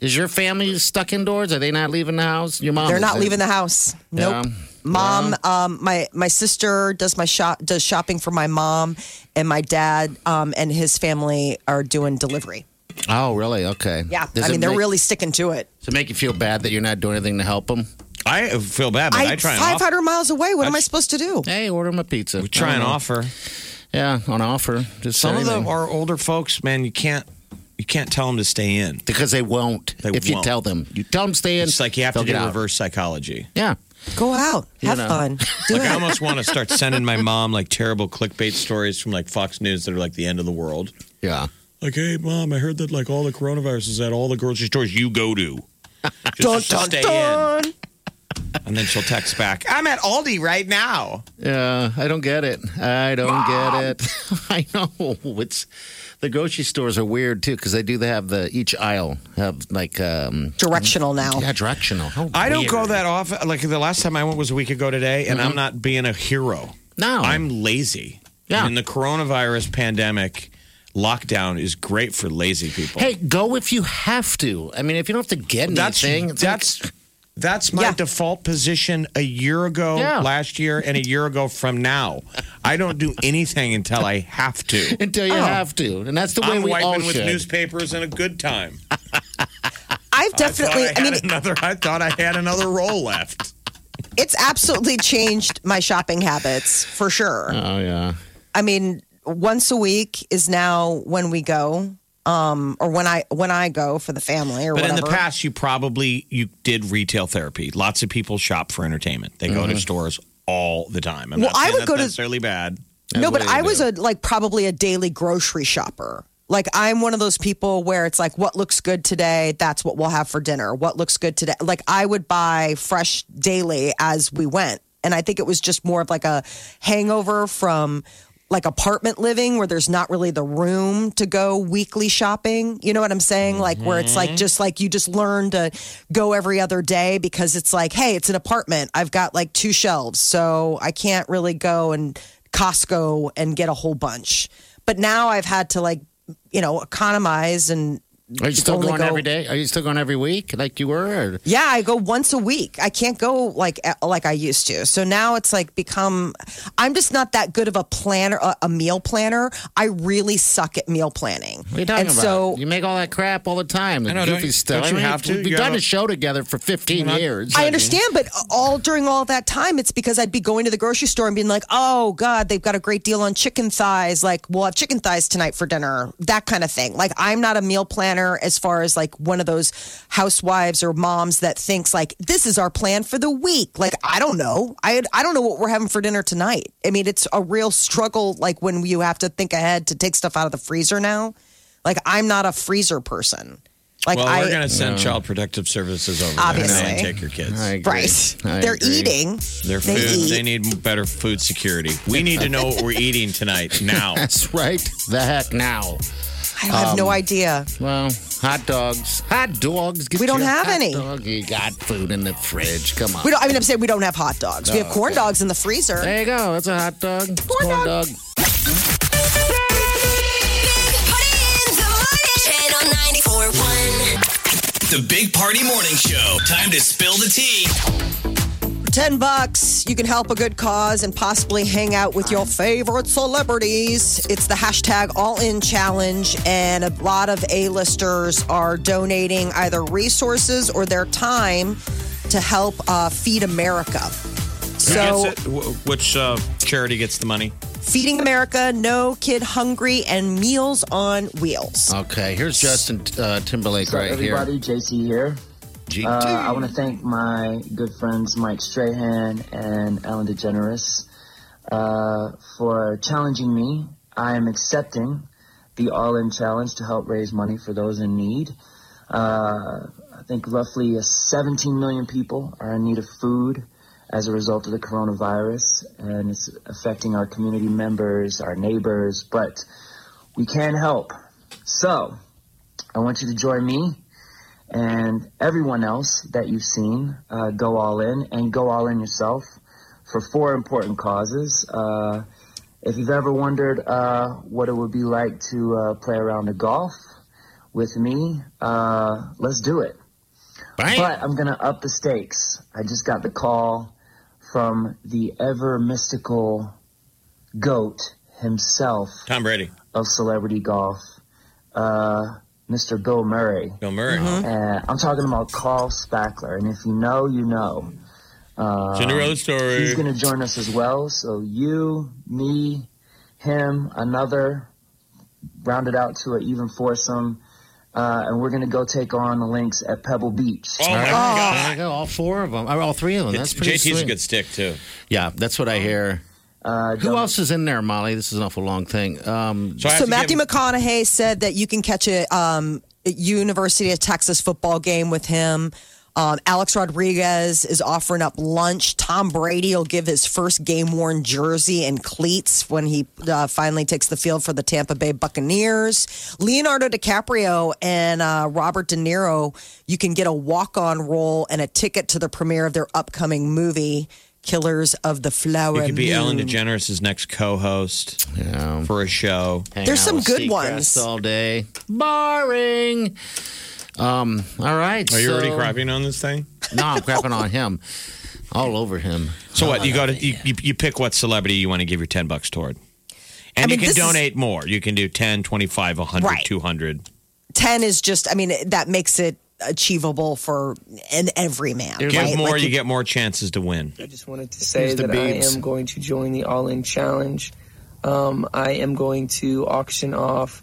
E: Is your family stuck indoors? Are they not leaving the house? Your mom?
C: They're
E: is
C: not
E: in.
C: leaving the house. Nope.
E: Yeah.
C: Mom, um, my my sister does my shop does shopping for my mom, and my dad um, and his family are doing delivery.
E: Oh, really? Okay.
C: Yeah,
E: Does
C: I
E: it
C: mean they're
E: make-
C: really sticking to it.
E: Does it make you feel bad that you're not doing anything to help them?
D: I feel bad, but I,
C: I
D: try and
C: five
D: offer.
C: hundred miles away. What am I supposed to
D: [laughs]
C: do?
E: Hey, order them a pizza.
D: We try
E: I
D: and
E: don't know.
D: offer.
E: Yeah, on offer. Just
D: Some of
E: anything.
D: them are older folks, man. You can't you can't tell them to stay in.
E: because they won't.
D: They
E: if you
D: won't.
E: tell them, you tell them stay in.
D: It's like you have to
E: they'll
D: do
E: get out.
D: reverse
E: [laughs]
D: psychology.
E: Yeah.
C: Go out, have
E: know.
C: fun, do
D: Like I
C: it.
D: almost want to start sending my mom like terrible clickbait stories from like Fox News that are like the end of the world.
E: Yeah.
D: Like, hey mom, I heard that like all the coronavirus is at all the grocery stores you go to. [laughs] Just
C: Dun,
D: to
C: dun,
D: stay
C: dun.
D: in. And then she'll text back, I'm at Aldi right now.
E: Yeah, Uh, I don't get it. I don't get it. [laughs] I know it's the grocery stores are weird too because they do have the each aisle have like um
C: Directional now.
E: yeah directional. How
D: Oh. I don't
E: weird.
D: go that often. Like the last time I went was a week ago today, and I'm not being a hero.
E: No.
D: I'm lazy.
E: Yeah.
D: And the coronavirus pandemic lockdown is great for lazy people.
E: Hey, go if you have to. I mean, if you don't have to get
D: that's
E: anything, it's like-
D: that's that's my
C: Yeah.
D: default position a year ago,
E: Yeah.
D: last year, and a year ago from now. I don't do anything until I have to.
E: until you have to, and that's the way
D: Oh. I'm
E: we all
D: wiping with
E: should.
D: newspapers and a good time.
C: I've definitely.
D: I,
C: I,
D: thought I
C: mean,
D: had another. I thought I had another roll left.
C: it's
D: [laughs]
C: absolutely changed my shopping habits for sure.
E: oh yeah,
C: I mean, once a week is now when we go, um, or when I when I go for the family or
D: But
C: whatever.
D: in the past, you probably you did retail therapy. Lots of people shop for entertainment. They go to stores all the time. I'm
C: Mm-hmm. Well,
D: not
C: I
D: saying
C: would
D: that's
C: go to-
D: necessarily bad.
C: no, but
E: That's what
C: I
E: you
C: was
E: do.
C: a like probably a daily grocery shopper. Like I'm one of those people where it's like what looks good today, that's what we'll have for dinner. What looks good today, like I would buy fresh daily as we went, and I think it was just more of like a hangover from like apartment living where there's not really the room to go weekly shopping. You know what I'm saying? Like where it's like just like you just learn to go every other day because it's like, hey, it's an apartment. I've got like two shelves, so I can't really go and Costco and get a whole bunch. But now I've had to like, you know, economize and
E: Are you still
C: only
E: going
C: go-
E: every day? Are you still going every week like you were? Or?
C: yeah, I go once a week. I can't go like like I used to. So now it's like become. I'm just not that good of a planner, a, a meal planner. I really suck at meal planning.
E: What are you talking
C: and
E: about?
C: so
E: you make all that crap all the time. The
D: I know, don't
E: goofy
D: you-
E: stuff.
D: don't
E: I
D: you
E: mean,
D: have to?
E: We've
D: You
E: done
D: gotta-
E: a show together for 15 years.
C: I understand, but all during all that time, it's because I'd be going to the grocery store and being like, "Oh God, they've got a great deal on chicken thighs. Like, we'll have chicken thighs tonight for dinner. That kind of thing." Like, I'm not a meal planner as far as like one of those housewives or moms that thinks like, "This is our plan for the week." Like, I don't know. I I don't know what we're having for dinner tonight. I mean, it's a real struggle. Like when you have to think ahead to take stuff out of the freezer now. Like, I'm not a freezer person. Like
D: well,
C: I
D: we're going to send Child Protective Services over
C: Obviously.
D: there and take your kids.
E: I agree.
C: right.
E: I
C: They're
E: agree.
C: eating.
D: Their
C: They
D: food, they,
C: eat.
D: need better food security. We need to know what we're
E: [laughs]
D: eating tonight now.
E: That's right. The heck now.
C: I have
D: um,
C: no idea.
E: Well, hot dogs. Hot dogs. Get
C: We don't
E: you a
C: have
E: hot
C: any.
E: Dog. You got food in the fridge. Come on.
C: We don't. I mean, I'm saying we don't have hot dogs. we have corn dogs in the freezer.
E: there you go. That's a hot dog. Corn,
C: Corn dog.
B: Big Party in the morning. Channel 941.
A: The Big Party Morning Show. Time to spill the tea.
C: For Ten bucks, you can help a good cause and possibly hang out with your favorite celebrities. It's the hashtag All In Challenge, and a lot of A-listers are donating either resources or their time to help uh, feed America.
D: Who
C: So.
D: gets it? Wh- Which uh, charity gets the money?
C: Feeding America, No Kid Hungry, and Meals on Wheels.
E: Okay, here's Justin uh, Timberlake right
H: everybody, JC here.
E: here.
H: Uh, I want to thank my good friends Mike Strahan and Ellen DeGeneres uh, for challenging me. I am accepting the All In Challenge to help raise money for those in need. Uh, I think roughly uh, 17 million people are in need of food as a result of the coronavirus, and it's affecting our community members, our neighbors, but we can help. So, I want you to join me and everyone else that you've seen uh, go all in and go all in yourself for four important causes. Uh, if you've ever wondered uh, what it would be like to uh, play around the golf with me, uh, let's do it. But I'm going to up the stakes. I just got the call from the ever mystical goat himself
D: Tom Brady,
H: of celebrity golf, uh, Mr. Bill Murray.
D: Bill Murray.
C: Mm-hmm.
H: Uh, I'm talking about Carl Spackler, and if you know, you know. Uh,
D: Cinderella story.
H: He's going to join us as well. So you, me, him, another, round it out to an even foursome, uh, and we're going to go take on the Lynx at Pebble Beach.
D: oh my
E: There you
D: God!
E: go. All four of them. All three of them. That's pretty
D: JT's
E: sweet.
D: a good stick too.
E: Yeah, that's what I hear.
H: Uh,
E: Who else is in there, Molly? This is an awful long thing. Um,
D: I have
C: So
D: to
C: Matthew
D: give-
C: McConaughey said that you can catch a um, University of Texas football game with him. Um, Alex Rodriguez is offering up lunch. Tom Brady will give his first game worn jersey and cleats when he uh, finally takes the field for the Tampa Bay Buccaneers. Leonardo DiCaprio and uh, Robert De Niro, you can get a walk on role and a ticket to the premiere of their upcoming movie, Killers of the Flower.
D: you could be Ellen
C: Moon.
D: DeGeneres' next co-host
E: yeah.
D: for a show.
E: Hang
C: There's
E: out
C: some
E: with
C: good
E: Seacrest
C: ones.
E: all day. Boring. Um. All right.
D: Are you already
E: so-
D: crapping on this thing?
E: No, I'm crapping on him. All over him.
D: So what? You go to you, you, you pick what celebrity you want to give your ten bucks toward, and
C: I mean,
D: you can
C: this is-
D: donate more. You can do 10, 25, 100,
C: Right.
D: 200.
C: 10 is just i mean that makes it achievable for an everyman
D: Give
C: right?
D: more,
C: Like,
D: you get more chances to win.
H: I just wanted to say
E: Mr.
H: that
E: Biebs.
H: I am going to join the All In Challenge. Um, I am going to auction off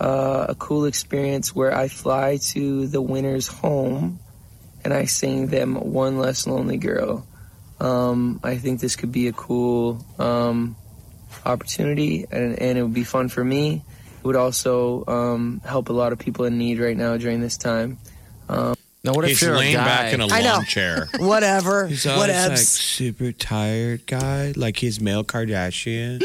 H: uh, a cool experience where I fly to the winner's home and I sing them One Less Lonely Girl. Um, I think this could be a cool um, opportunity and, and it would be fun for me. It would also um, help a lot of people in need right now during this time.
E: Now, what if
D: He's
E: you're a
D: laying
E: guy?
D: back in a
C: I know.
E: [laughs]
D: lawn chair.
C: [laughs]
D: [laughs]
C: whatever
D: always,
C: whatevs
D: super tired guy, like he's male Kardashian.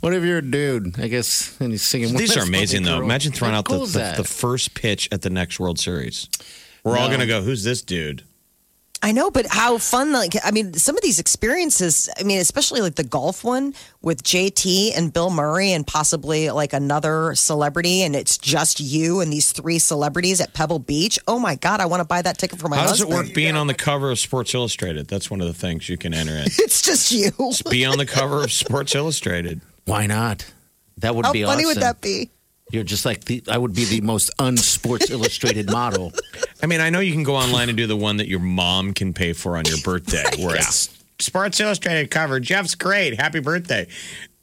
E: What if you're a dude? I guess, and he's singing.
D: [laughs] These are
E: West
D: amazing,
E: Little
D: though.
E: Girl.
D: Imagine throwing
E: How
D: out
E: cool
D: the,
E: is
D: the,
E: that?
D: the first pitch at the next World Series. We're all
E: No.
D: going to go, who's this dude?
C: I know, but how fun! Like, I mean, some of these experiences. I mean, especially like the golf one with JT and Bill Murray, and possibly like another celebrity, and it's just you and these three celebrities at Pebble Beach. Oh my God, I want to buy that ticket for my
D: How does it
C: husband.
D: work being on the cover of Sports Illustrated? That's one of the things you can enter in.
C: [laughs] It's just you.
D: Be on the cover of Sports Illustrated.
E: Why not? That would
C: How
E: be
C: funny
E: awesome.
C: would that be?
E: You're just like the. I would be the most unsports illustrated
C: [laughs]
E: model.
D: I mean, I know you can go online and do the one that your mom can pay for on your
C: [laughs]
D: birthday, where it's Sports Illustrated cover. Jeff's great. Happy birthday.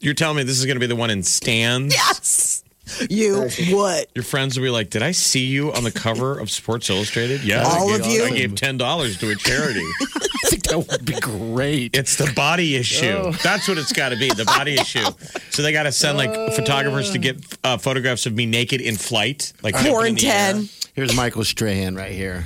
D: You're telling me this is going to be the one in stands?
C: Yes, you would.
D: Your friends will be like, Did I see you on the cover of Sports Illustrated? Yeah.
C: All
D: I
C: of
D: gave,
C: you?
D: I gave $10 to a charity.
E: I think that would be great.
D: [laughs] it's the body issue.
C: Oh.
D: That's what it's got to be the body issue. So they got to send like photographers to get uh, photographs of me naked in flight. Like
C: Four
D: up in
C: and
D: the air.
C: ten. [laughs]
E: Here's Michael Strahan right here.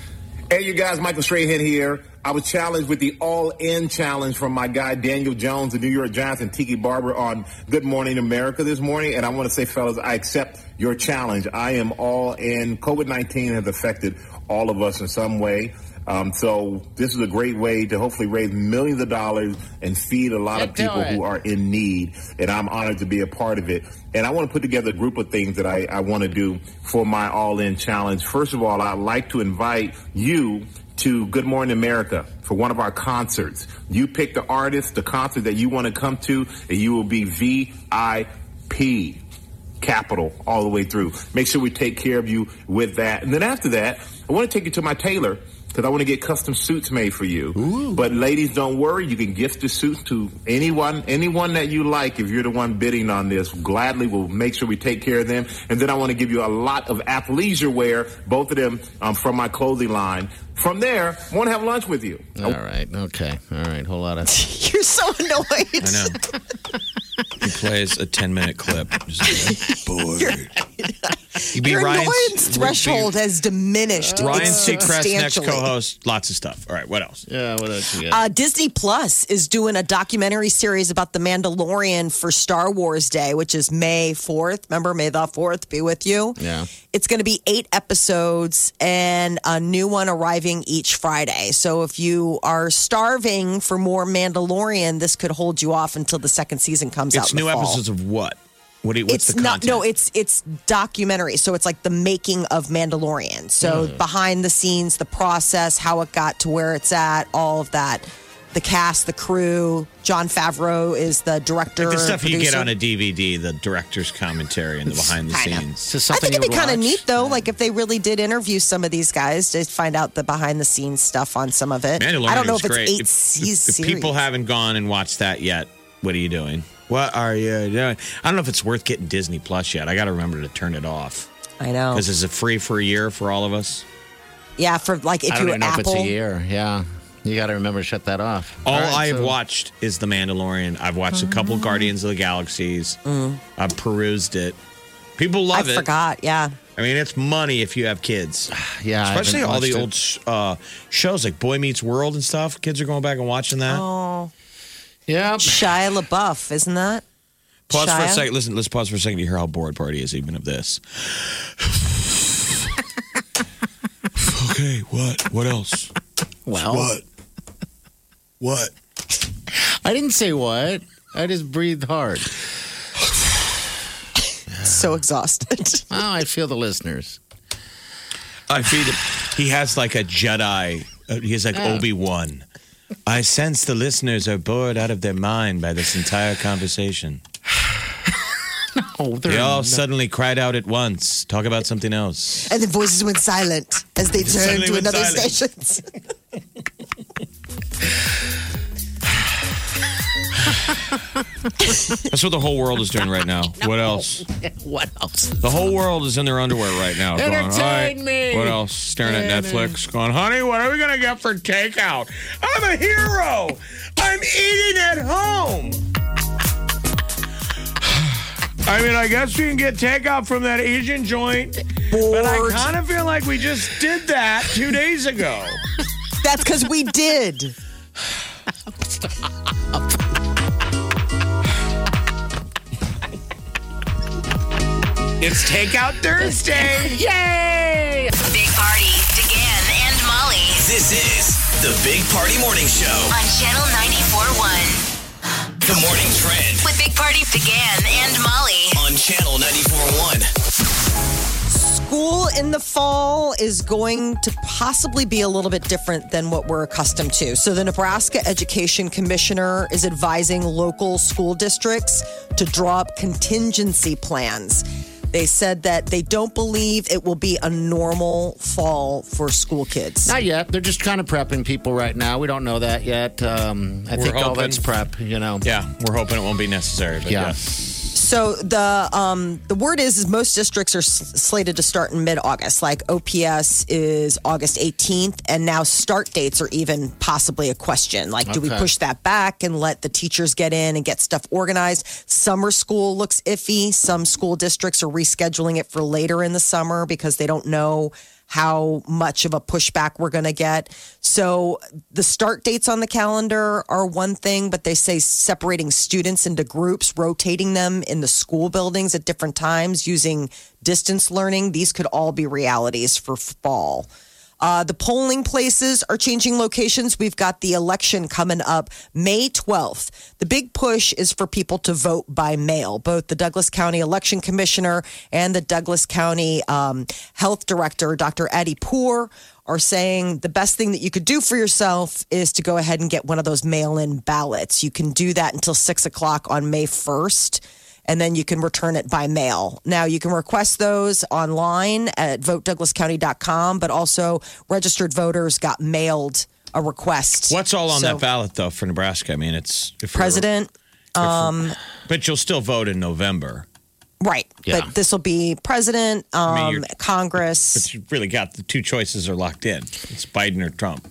I: Hey, you guys, Michael Strahan here. I was challenged with the all in challenge from my guy Daniel Jones, the New York Giants, and Tiki Barber on Good Morning America this morning. And I want to say, fellas, I accept your challenge. I am all in. COVID 19 has affected all of us in some way. Um, so this is a great way to hopefully raise millions of dollars and feed a lot of
E: Yeah, do
I: people
E: it.
I: who are in need. And I'm honored to be a part of it. And I want to put together a group of things that I, I want to do for my all in challenge. First of all, I'd like to invite you to Good Morning America for one of our concerts. You pick the artist, the concert that you want to come to, and you will be VIP capital all the way through. Make sure we take care of you with that. And then after that, I want to take you to my tailor because I want to get custom suits made for you. But ladies, don't worry. You can gift the suits to anyone, anyone that you like. If you're the one bidding on this, gladly we'll make sure we take care of them. And then I want to give you a lot of athleisure wear, both of them um, from my clothing line. From there, I want to have lunch with you.
E: All right. Okay. All right. Whole lot of.
C: You're so annoyed.
D: I know. he plays a 10 minute clip. Just like, bored. You'd be
C: Your
D: Ryan's-
C: annoyance
D: would be
C: threehold has diminished.
D: Ryan
C: It's
D: Seacrest, next
C: substantially.
D: co host, lots of stuff. All right, what else?
E: Yeah. What else you got?
C: Uh, Disney Plus is doing a documentary series about The Mandalorian for Star Wars Day, which is May 4th. Remember, May the 4th be with you.
E: Yeah.
C: It's going to be eight episodes and a new one arriving each Friday. So if you are starving for more Mandalorian, this could hold you off until the second season comes out.
D: It's
C: in the
D: new
C: fall.
D: episodes of what? What do you, what's
C: it's
D: the
C: not
D: content?
C: no it's it's documentary so it's like the making of mandalorian so
D: Hmm.
C: behind the scenes the process how it got to where it's at all of that the cast the crew john favreau is the director
D: the stuff you get
C: producer.
D: on a DVD, the director's commentary and the behind the
C: Kind of.
D: scenes.
E: Is this
C: I
E: something
C: think it'd
E: you
C: be kind of
E: watch?
C: neat though, like if they really did interview some of these guys to find out the behind the scenes stuff on some of it.
D: Mandalorian
C: I don't know
D: was
C: if it's
D: great.
C: eight
D: If-
C: seas-
D: if,
C: series.
D: if people haven't gone and watched that yet, what are you doing? What are you doing? I don't know if it's worth getting Disney Plus yet. I got to remember to turn it off
C: I know.
D: because is it free for a year for all of us?
C: Yeah, for like if
E: I don't
C: you're
E: even know if
C: Apple,
E: it's a year. Yeah. You got to remember to shut that off.
D: All
E: right,
D: I have
E: so- Mm-hmm.
D: watched is The Mandalorian. I've watched a couple Guardians of the Galaxies.
E: Mm.
D: I've perused it. People
C: I
D: love it.
C: forgot. Yeah,
D: I mean, it's money if you have kids,
E: Yeah. I
D: especially
E: haven't
D: all the
E: watched it.
D: old uh, shows like Boy Meets World and stuff. Kids are going back and watching that.
E: Oh, Yeah.
C: Oh, Shia LaBeouf, isn't that?
D: pause for a
C: Shia?
D: second. Listen, let's pause for a second to hear how bored Party is even of this. okay, what? What else?
E: Well. What?
D: What?
E: I didn't say what. I just breathed hard.
D: [sighs]
C: So exhausted.
E: Oh, I feel the listeners.
D: I feel that he has like a Jedi. Uh, He's like Obi Wan. I sense the listeners are bored out of their mind by this entire conversation.
E: Oh,
D: They
E: they're
D: all suddenly cried out at once. Talk about something else.
C: and the voices went silent as they turned
D: suddenly
C: to
D: went
C: another
D: silent.
C: station. [laughs]
D: That's what the whole world is doing right now. What else?
E: what else?
D: The whole world is in their underwear right now. going, all right,
E: Entertain me.
D: What else? Staring at Netflix, going, honey, what are we going to get for takeout? I'm a hero. I'm eating at home. [sighs] I mean, I guess we can get takeout from that Asian joint, but I
C: Bored.
D: kind of feel like we just did that two days ago.
C: That's because we did.
D: It's Takeout Thursday.
E: Yay!
B: Big Party, DeGan and Molly
A: This is the Big Party Morning Show.
B: on Channel 94.1.
A: The morning trend
B: With Big Party, DeGan and Molly.
A: on Channel 94.1.
C: School in the fall is going to possibly be a little bit different than what we're accustomed to. So, the Nebraska Education Commissioner is advising local school districts to draw up contingency plans. They said that they don't believe it will be a normal fall for school kids.
E: Not yet. They're just kind of prepping people right now. We don't know that yet. Um, I
D: We're
E: think all
D: hoping.
E: that's prep, you know.
D: Yeah, we're hoping it won't be necessary. But
E: Yeah.
D: yeah.
C: So the um, the word is is most districts are s- slated to start in mid August. Like OPS is August 18th, and now start dates are even possibly a question. Like, do we
E: Okay.
C: push that back and let the teachers get in and get stuff organized? Summer school looks iffy. Some school districts are rescheduling it for later in the summer because they don't know how much of a pushback we're going to get. So the start dates on the calendar are one thing, but they say separating students into groups, rotating them in the school buildings at different times using distance learning. These could all be realities for fall. Uh, the polling places are changing locations. We've got the election coming up May 12th. The big push is for people to vote by mail. Both the Douglas County Election Commissioner and the Douglas County um, Health Director, Dr. Addie Poor, are saying the best thing that you could do for yourself is to go ahead and get one of those mail in ballots. You can do that until six o'clock on May 1st and then you can return it by mail. Now you can request those online at votedouglascounty.com, but also registered voters got mailed a request.
D: What's all on
C: So,
D: that ballot though for Nebraska? I mean, it's if we're-
C: President.
D: but you'll still vote in November.
C: Right.
E: Yeah.
C: But this will be president, um,
D: mean, you're-
C: Congress,
D: But you really got the two choices are locked in. It's Biden or Trump.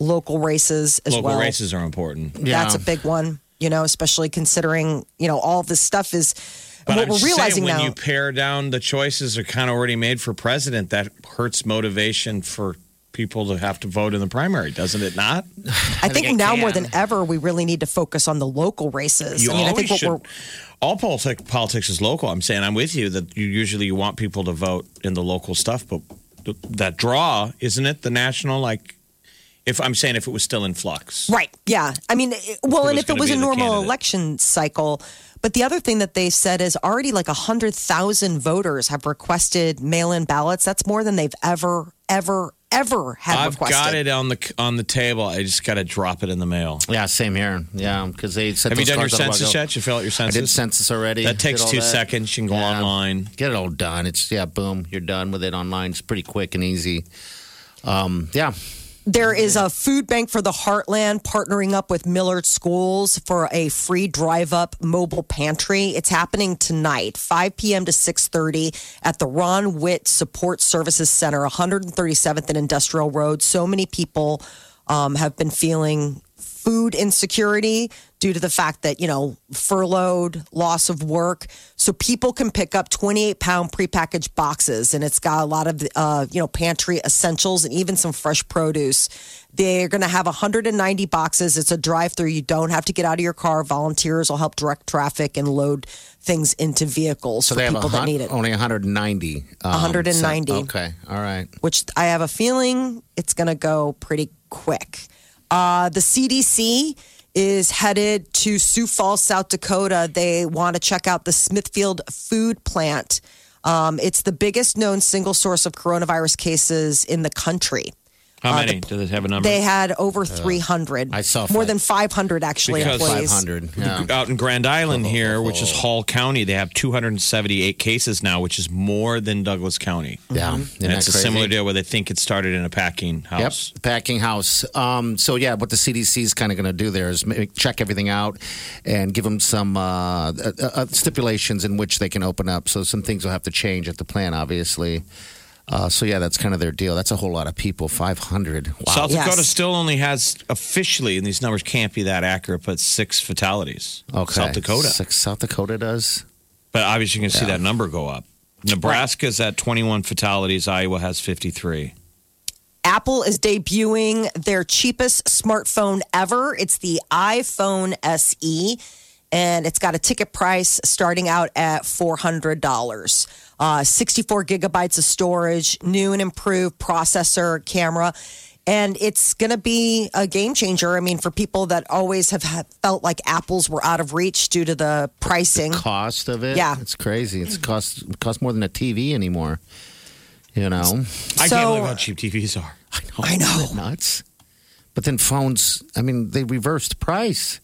C: local races as
D: Local
C: well.
D: races are important.
E: Yeah.
C: That's a big one, you know, especially considering, you know, all this stuff is
D: But
C: what
D: I'm
C: we're
D: just saying,
C: realizing
D: when
C: now.
D: you pare down the choices are kind of already made for president, that hurts motivation for people to have to vote in the primary, doesn't it? Not.
C: I think,
E: think I
C: now more
E: can.
C: than ever we really need to focus on the local races.
D: You
C: I mean, I
D: always
C: think what
D: should.
C: we're
D: All politic, politics is local. I'm saying I'm with you that you usually you want people to vote in the local stuff, but th- that draw isn't it the national? Like, if I'm saying if it was still in flux,
C: Right. Yeah. I mean, it- well,
D: Who
C: and if
D: was
C: it
D: gonna
C: was
D: be
C: a
D: the
C: normal
D: candidate.
C: election cycle, but the other thing that they said is already like 100,000 voters have requested mail in ballots. That's more than they've ever, ever, ever had
D: I've
C: requested.
D: got it on the on the table. I just got to drop it in the mail.
E: Yeah, same here. Yeah, because they said
D: Have you
E: those
D: done your
E: cards up a while
D: census
E: ago.
D: yet? You fill out your
E: I
D: census.
E: did census already.
D: That takes
E: Did all
D: two
E: that.
D: seconds. You can go
E: Yeah.
D: online.
E: Get it all done. It's yeah, boom. You're done with it online. It's pretty quick and easy. Um, yeah,
C: There is a food bank for the Heartland partnering up with Millard Schools for a free drive-up mobile pantry. It's happening tonight, 5 p.m. to 6:30 at the Ron Witt Support Services Center, 137th and Industrial Road. So many people um, have been feeling food insecurity due to the fact that you know furloughed loss of work so people can pick up 28 pound prepackaged boxes and it's got a lot of uh, you know pantry essentials and even some fresh produce they're going to have 190 boxes it's a drive-through you don't have to get out of your car volunteers will help direct traffic and load things into vehicles
E: so
C: for
E: they have
C: people
E: a
C: that
E: hun-
C: need it
E: only 190. Um,
C: 190.
E: so- okay, all right.
C: which I have a feeling it's going to go pretty quick. Uh, the CDC is headed to Sioux Falls, South Dakota. They want to check out the Smithfield food plant. Um, it's the biggest known single source of coronavirus cases in the country.
E: Uh,
D: How many? Do they have a number?
C: They had over 300.
E: I saw
C: more
E: five-
C: than 500 actually
D: Because-
C: employees.
E: 500. Yeah.
D: out in Grand Island here, which is Hall County, they have 278 cases now, which is more than Douglas County.
E: Yeah,
D: And
E: Isn't
D: it's a
E: that crazy?
D: similar deal where they think it started in a packing house.
E: Yep, packing house. Um, so yeah, what the CDC is kind of going to do there is ma- check everything out and give them some uh, uh, uh, stipulations in which they can open up. So some things will have to change at the plant, obviously. Uh, so yeah, that's kind of their deal. That's a whole lot of people, five hundred. Wow.
D: South
C: Yes.
D: Dakota still only has officially, and these numbers can't be that accurate, but six fatalities.
E: okay.
D: South Dakota.
E: Six, South Dakota does.
D: But obviously, you can see that number go up. Nebraska's at 21 fatalities. Iowa has 53.
C: Apple is debuting their cheapest smartphone ever. It's the iPhone E, SE, and it's got a ticket price starting out at $400. Uh, uh, 64 gigabytes of storage, new and improved processor, camera. And it's going to be a game changer. I mean, for people that always have ha- felt like apples were out of reach due to the pricing.
E: cost of it.
C: Yeah.
E: it's crazy. It's cost cost more than a TV anymore. You know,
D: I can't believe how cheap TVs are.
E: I know, Isn't it nuts. But then phones. I mean, they reversed price.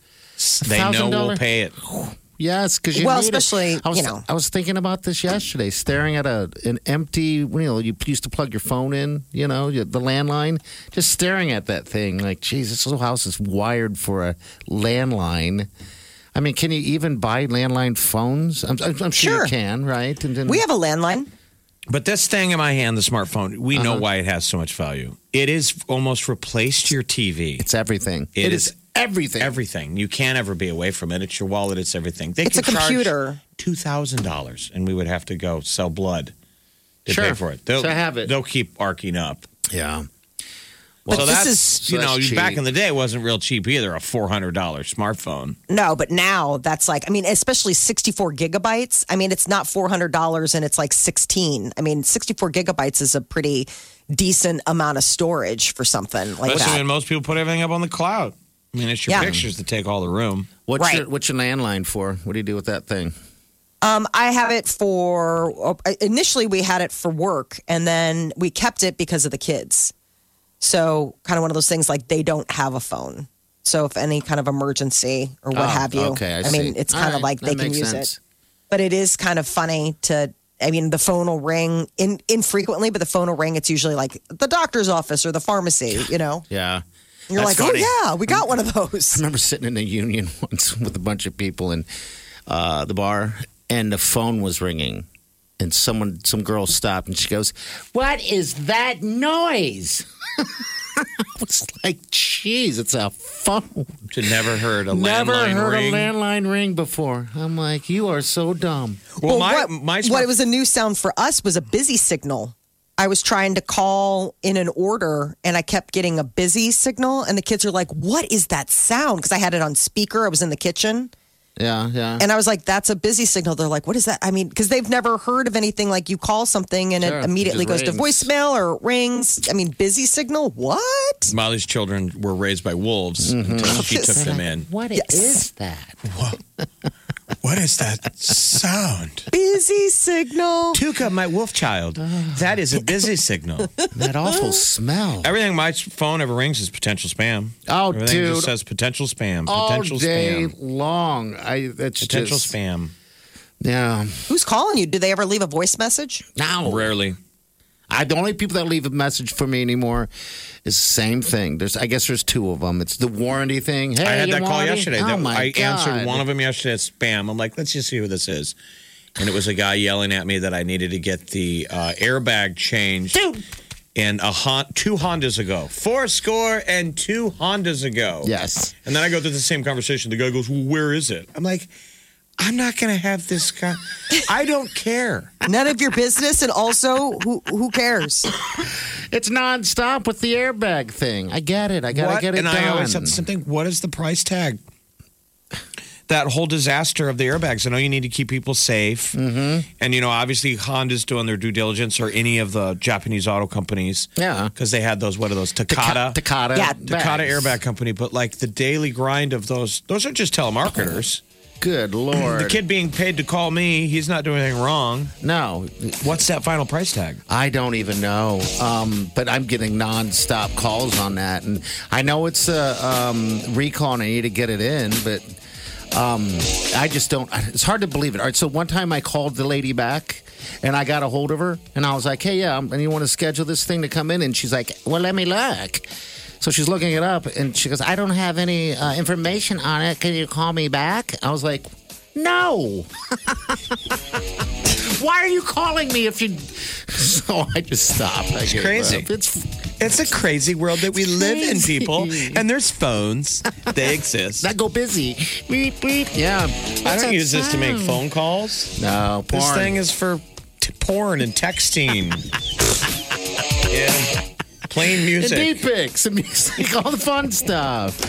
D: They know we'll
E: $1,000?
D: pay it.
E: Yes, because you
C: Well,
E: need it.
C: especially,
E: I was,
C: you know.
E: I was thinking about this yesterday, staring at a an empty. You know, you used to plug your phone in. You know, you- the landline. Just staring at that thing, like, geez, this whole house is wired for a landline. I mean, can you even buy landline phones? I'm, I'm, I'm sure,
C: Sure.
E: you can, right? And then
C: We have a landline.
D: But this thing in my hand, the smartphone, we know
E: Uh-huh.
D: why it has so much value. It is almost replaced your TV.
E: it's everything.
D: It
E: it
D: is
E: is, everything.
D: Everything. You can't ever be away from it. It's your wallet, it's everything. They
C: It's a
D: can charge
C: computer.
D: $2,000 and we would have to go sell blood to
E: Sure.
D: pay for it. They'll,
E: So I have it.
D: They'll keep arcing up.
E: yeah.
D: so
C: But this
D: that's,
C: is-
D: you
E: So
D: know,
E: that's
D: back
E: cheap.
D: in the day, it wasn't real cheap either, a $400 smartphone.
C: No, but now that's like, I mean, especially 64 gigabytes. I mean, it's not $400 and it's like 16. I mean, 64 gigabytes is a pretty decent amount of storage for something like
D: Listen,
C: that.
D: and most people put everything up on the cloud. I mean, it's your
C: Yeah.
D: pictures that take all the room.
E: What's
C: Right.
E: your what's your landline for? What do you do with that thing?
C: Um, I have it for, uh, initially we had it for work and then we kept it because of the kids. So kind of one of those things like they don't have a phone. So if any kind of emergency or what
E: Oh,
C: have you,
E: okay, I
C: mean,
E: see.
C: it's
E: All
C: kind of
E: right,
C: like they
E: that
C: can
E: makes
C: use
E: sense.
C: it. but it is kind of funny to i mean the phone will ring in, infrequently but the phone will ring it's usually like the doctor's office or the pharmacy you know
E: Yeah.
C: And you're
D: That's
C: like
D: funny.
C: oh yeah we got one of
E: I
C: those
E: remember sitting in a union [laughs] once with a bunch of people in uh, the bar, and the phone was ringing, and someone, some girl stopped, and she goes, "What is that noise?" [laughs] I was like, "Jeez, it's a phone."
D: To never heard a
E: Never
D: landline
E: heard
D: ring.
E: a landline ring before. I'm like, "You are so dumb."
D: [laughs] well, my,
C: what,
D: my
C: what
D: smartphone.
C: was a new sound for us was a busy signal i was trying to call in an order and i kept getting a busy signal and the kids are like what is that sound because i had it on speaker i was in the kitchen
E: Yeah, yeah.
C: And I was like, that's a busy signal. They're like, what is that? I mean, because they've never heard of anything like you call something and
E: Sure,
C: it
E: it
C: immediately goes to
E: just rings.
C: voicemail or rings. I mean, busy signal?
E: [laughs]
C: What?
D: Molly's children were raised by wolves until she took them
E: [laughs]
D: in.
E: what
C: Yes.
E: is that?
D: What is that sound?
C: Busy signal.
D: Tuka, my wolf child. That is a busy signal.
E: That awful smell.
D: Everything my phone ever rings is potential spam.
E: Oh,
D: Everything
E: dude.
D: just says potential spam.
E: All
D: Potential
E: day
D: spam.
E: long. I that's
D: Potential
E: just,
D: spam.
E: Yeah.
C: Who's calling you? Do they ever leave a voice message?
E: Now
D: Rarely.
E: I the only people that leave a message for me anymore is the same thing. There's I guess there's two of them. It's the warranty thing. Hey,
D: I had
E: you
D: that call
E: want me?
D: yesterday.
E: Oh
D: That-
E: my
D: I answered
E: God.
D: one of them yesterday as spam. I'm like, let's just see who this is. And it was a guy yelling at me that I needed to get the uh, airbag changed.
E: Dude.
D: In a hon- two Hondas ago, four score and two Hondas ago.
E: Yes.
D: And then I go through the same conversation. The guy goes, well, "Where is it?" I'm like, "I'm not going to have
E: [laughs]
D: this guy. I don't care."
C: None of your business. And also, who, who cares?
E: It's nonstop with the airbag thing. I get it. I gotta
D: What-
E: get it
D: and
E: done.
D: I always have the same thing. What is the price tag? That whole disaster of the airbags. I know you need to keep people safe, mm-hmm. and you know obviously Honda's doing their due diligence, or any of the Japanese auto companies.
E: Yeah.
D: because they had those. What are those Takata?
E: Takata.
C: Yeah.
D: Takata
E: bags.
D: airbag company. But like the daily grind of those. Those are just telemarketers.
E: Good lord.
D: [clears throat] The kid being paid to call me. He's not doing anything wrong.
E: No,
D: What's that final price tag?
E: I don't even know. Um, but I'm getting nonstop calls on that, and I know it's a um, recall, and I need to get it in, but um, I just don't. It's hard to believe it. All right, so one time I called the lady back, and I got a hold of her, and I was like, "Hey, yeah, um, and you want to schedule this thing to come in?" And she's like, "Well, let me look." So she's looking it up, and she goes, "I don't have any uh, information on it. Can you call me back?" I was like, "No." [laughs] Why are you calling me if you? [laughs] So I just stop. I it's
D: crazy.
E: It's
D: It's a crazy world that we live in, people. And there's phones. They exist.
E: that go busy. Beep beep. Yeah.
D: I
E: What's
D: don't
E: that
D: use this to make
E: sound?
D: phone calls.
E: No, porn. [laughs]
D: This thing is for t- porn and texting. yeah. Plain music.
E: And dick pics and music, all the fun stuff.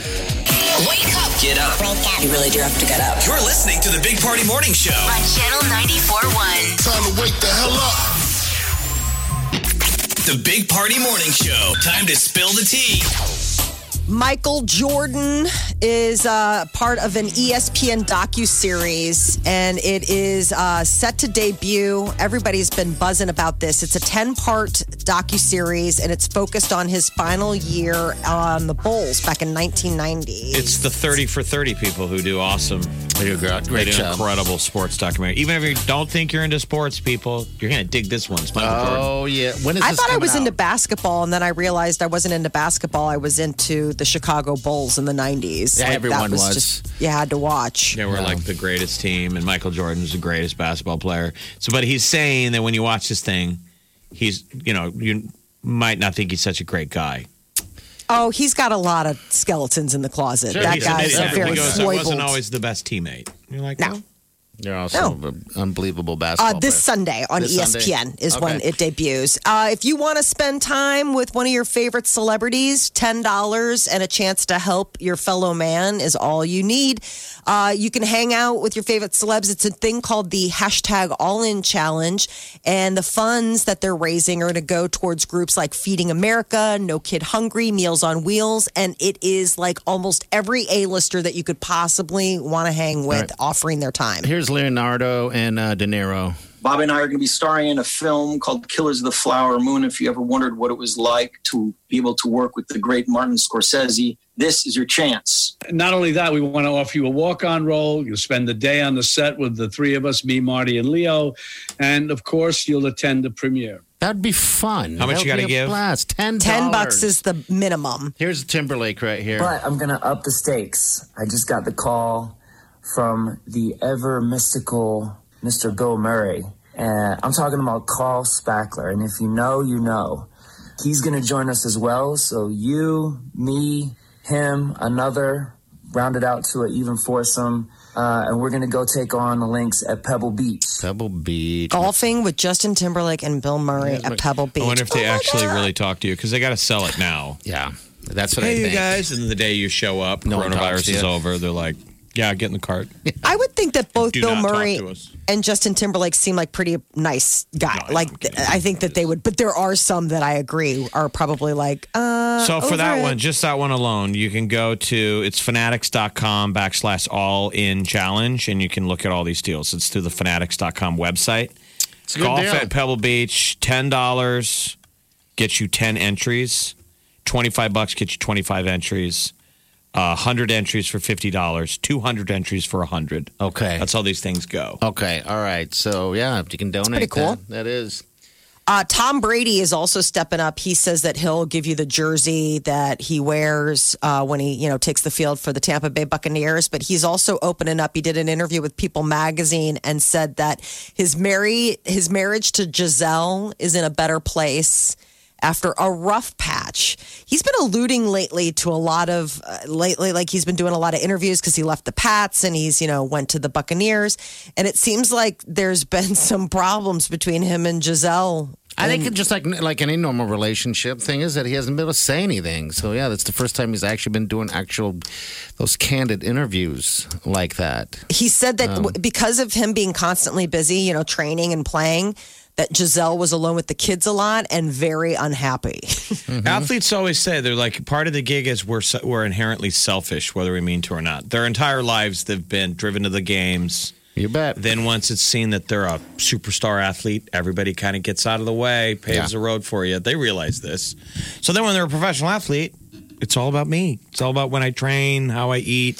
A: Wake up. Get up. Wake up. You really do have to get up. You're listening to the Big Party Morning Show.
B: on Channel 94.1.
A: Time to wake the hell up. The Big Party Morning Show. Time to spill the tea.
C: Michael Jordan is uh, part of an ESPN docu series, and it is uh, set to debut. Everybody's been buzzing about this. It's a ten part docu series, and it's focused on his final year on the Bulls back in 1990.
D: It's the 30 for 30 people who do awesome. They do great,
E: great job.
D: incredible sports documentary. Even if you don't think you're into sports, people, you're going to dig this one. It's Michael Jordan.
E: Oh yeah, when is
C: I
E: this
C: thought I
E: coming
C: was
E: out?
C: into basketball, and then I realized I wasn't into basketball. I was into the Chicago Bulls in the 90s.
E: Yeah,
C: that
E: everyone
C: was.
E: was.
C: Just, you had to watch.
D: They were like the greatest team, and Michael Jordan was the greatest basketball player. So, but he's saying that when you watch this thing, he's, you know, you might not think he's such a great guy.
C: Oh, he's got a lot of skeletons in the closet.
D: Sure,
C: that
D: he's
C: guy's
D: admitted
C: a
D: that.
C: very
D: He goes, I wasn't
C: foibled-
D: always the best teammate. You're like,
C: No.
D: "Well,
E: You're also an unbelievable
C: Uh,
E: basketball.
C: Oh. this
E: player.
C: Sunday on E
E: This
C: ESPN
E: Sunday?
C: is when
E: Okay.
C: it debuts. Uh, if you want to spend time with one of your favorite celebrities, $10 and a chance to help your fellow man is all you need. Uh, you can hang out with your favorite celebs. It's a thing called the hashtag All In Challenge. And the funds that they're raising are going to go towards groups like Feeding America, No Kid Hungry, Meals on Wheels. And it is like almost every A lister that you could possibly want to hang with offering their time.
E: Here's Leonardo and uh, De Niro.
J: Bob and I are going to be starring in a film called Killers of the Flower Moon. If you ever wondered what it was like to be able to work with the great Martin Scorsese, this is your chance.
K: Not only that, we want to offer you a walk on role. You'll spend the day on the set with the three of us, me, Marty, and Leo. And of course, you'll attend the premiere.
E: That'd be fun.
D: How much
E: That'd
D: you gotta
E: be a
D: give?
E: Blast. Ten.
C: 10 bucks is the minimum.
E: Here's Timberlake right here.
H: But I'm going to up the stakes. I just got the call from the ever mystical Mr. Bill Murray. And I'm talking about Carl Spackler. And if you know, you know. He's going to join us as well. So you, me, him, another, rounded out to an even foursome. Uh, and we're going to go take on the links at Pebble Beach.
E: Pebble Beach.
C: Golfing with Justin Timberlake and Bill Murray at Pebble Beach. Oh
D: I wonder if they actually really talk to you because they got to sell it now.
E: Yeah, that's what I
D: hey, you
E: think.
D: guys. And the day you show up,
E: No one talks
D: coronavirus
E: to
D: is
E: you.
D: over. They're like, yeah, get in the cart.
C: I would think that both
D: Do
C: Bill
D: not talk
C: Murray
D: to us.
C: and Justin Timberlake seem like pretty nice guy.
D: No, I
C: like
D: don't get it.
C: I think that they would, but there are some that I agree are probably like, uh,
D: so for that
C: over it.
D: one, just that one alone, you can go to it's fanatics.com backslash all in challenge and you can look at all these deals. It's through the fanatics.com website.
E: It's a good
D: Golf
E: deal.
D: at Pebble Beach, ten dollars gets you ten entries. Twenty five bucks gets you twenty five entries. Uh, hundred entries for fifty dollars. Two hundred entries for a hundred.
E: Okay.
D: That's how these things go.
E: okay. All right. So yeah, if you can donate.
C: pretty cool.
E: That, that is.
C: Uh, Tom Brady is also stepping up. He says that he'll give you the jersey that he wears uh, when he, you know, takes the field for the Tampa Bay Buccaneers. But he's also opening up. He did an interview with People Magazine and said that his marry his marriage to Giselle is in a better place after a rough patch. He's been alluding lately to a lot of uh, lately like he's been doing a lot of interviews cuz he left the Pats and he's, you know, went to the Buccaneers and it seems like there's [laughs] been some problems between him and Giselle.
E: I think it just like like any normal relationship thing is that he hasn't been able to say anything. So yeah, that's the first time he's actually been doing actual those candid interviews like that.
C: He said that
D: Um.
C: w because of him being constantly busy, you know, training and playing, that Giselle was alone with the kids a lot and very unhappy. [laughs]
E: Mm-hmm.
D: Athletes always say they're like part of the gig is we're se- we're inherently selfish, whether we mean to or not. Their entire lives they've been driven to the games.
E: You bet.
D: Then once it's seen that they're a superstar athlete, everybody kind of gets out of the way, paves
E: Yeah.
D: the road for you. They realize this. So then when they're a professional athlete, it's all about me. It's all about when I train, how I eat.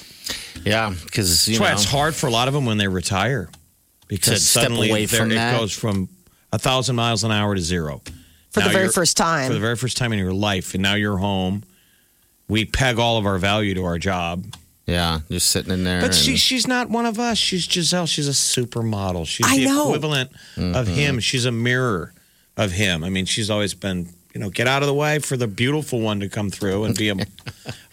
E: yeah, because you
D: That's why
E: know
D: it's hard for a lot of them when they retire because
E: To step
D: suddenly
E: away
D: they're-
E: from
D: it
E: that.
D: goes from a thousand miles an hour to zero
C: For the
D: Now
C: very
D: you're-
C: first time.
D: for the very first time in your life, and now you're home. We peg all of our value to our job,
E: yeah, just sitting in there.
D: but she
E: and-
D: she's not one of us. She's Giselle. She's a supermodel. She's
C: I
D: the
C: know. Mm-hmm.
D: equivalent of him. She's a mirror of him. I mean, she's always been. You know, get out of the way for the beautiful one to come through and
C: [laughs]
D: be a,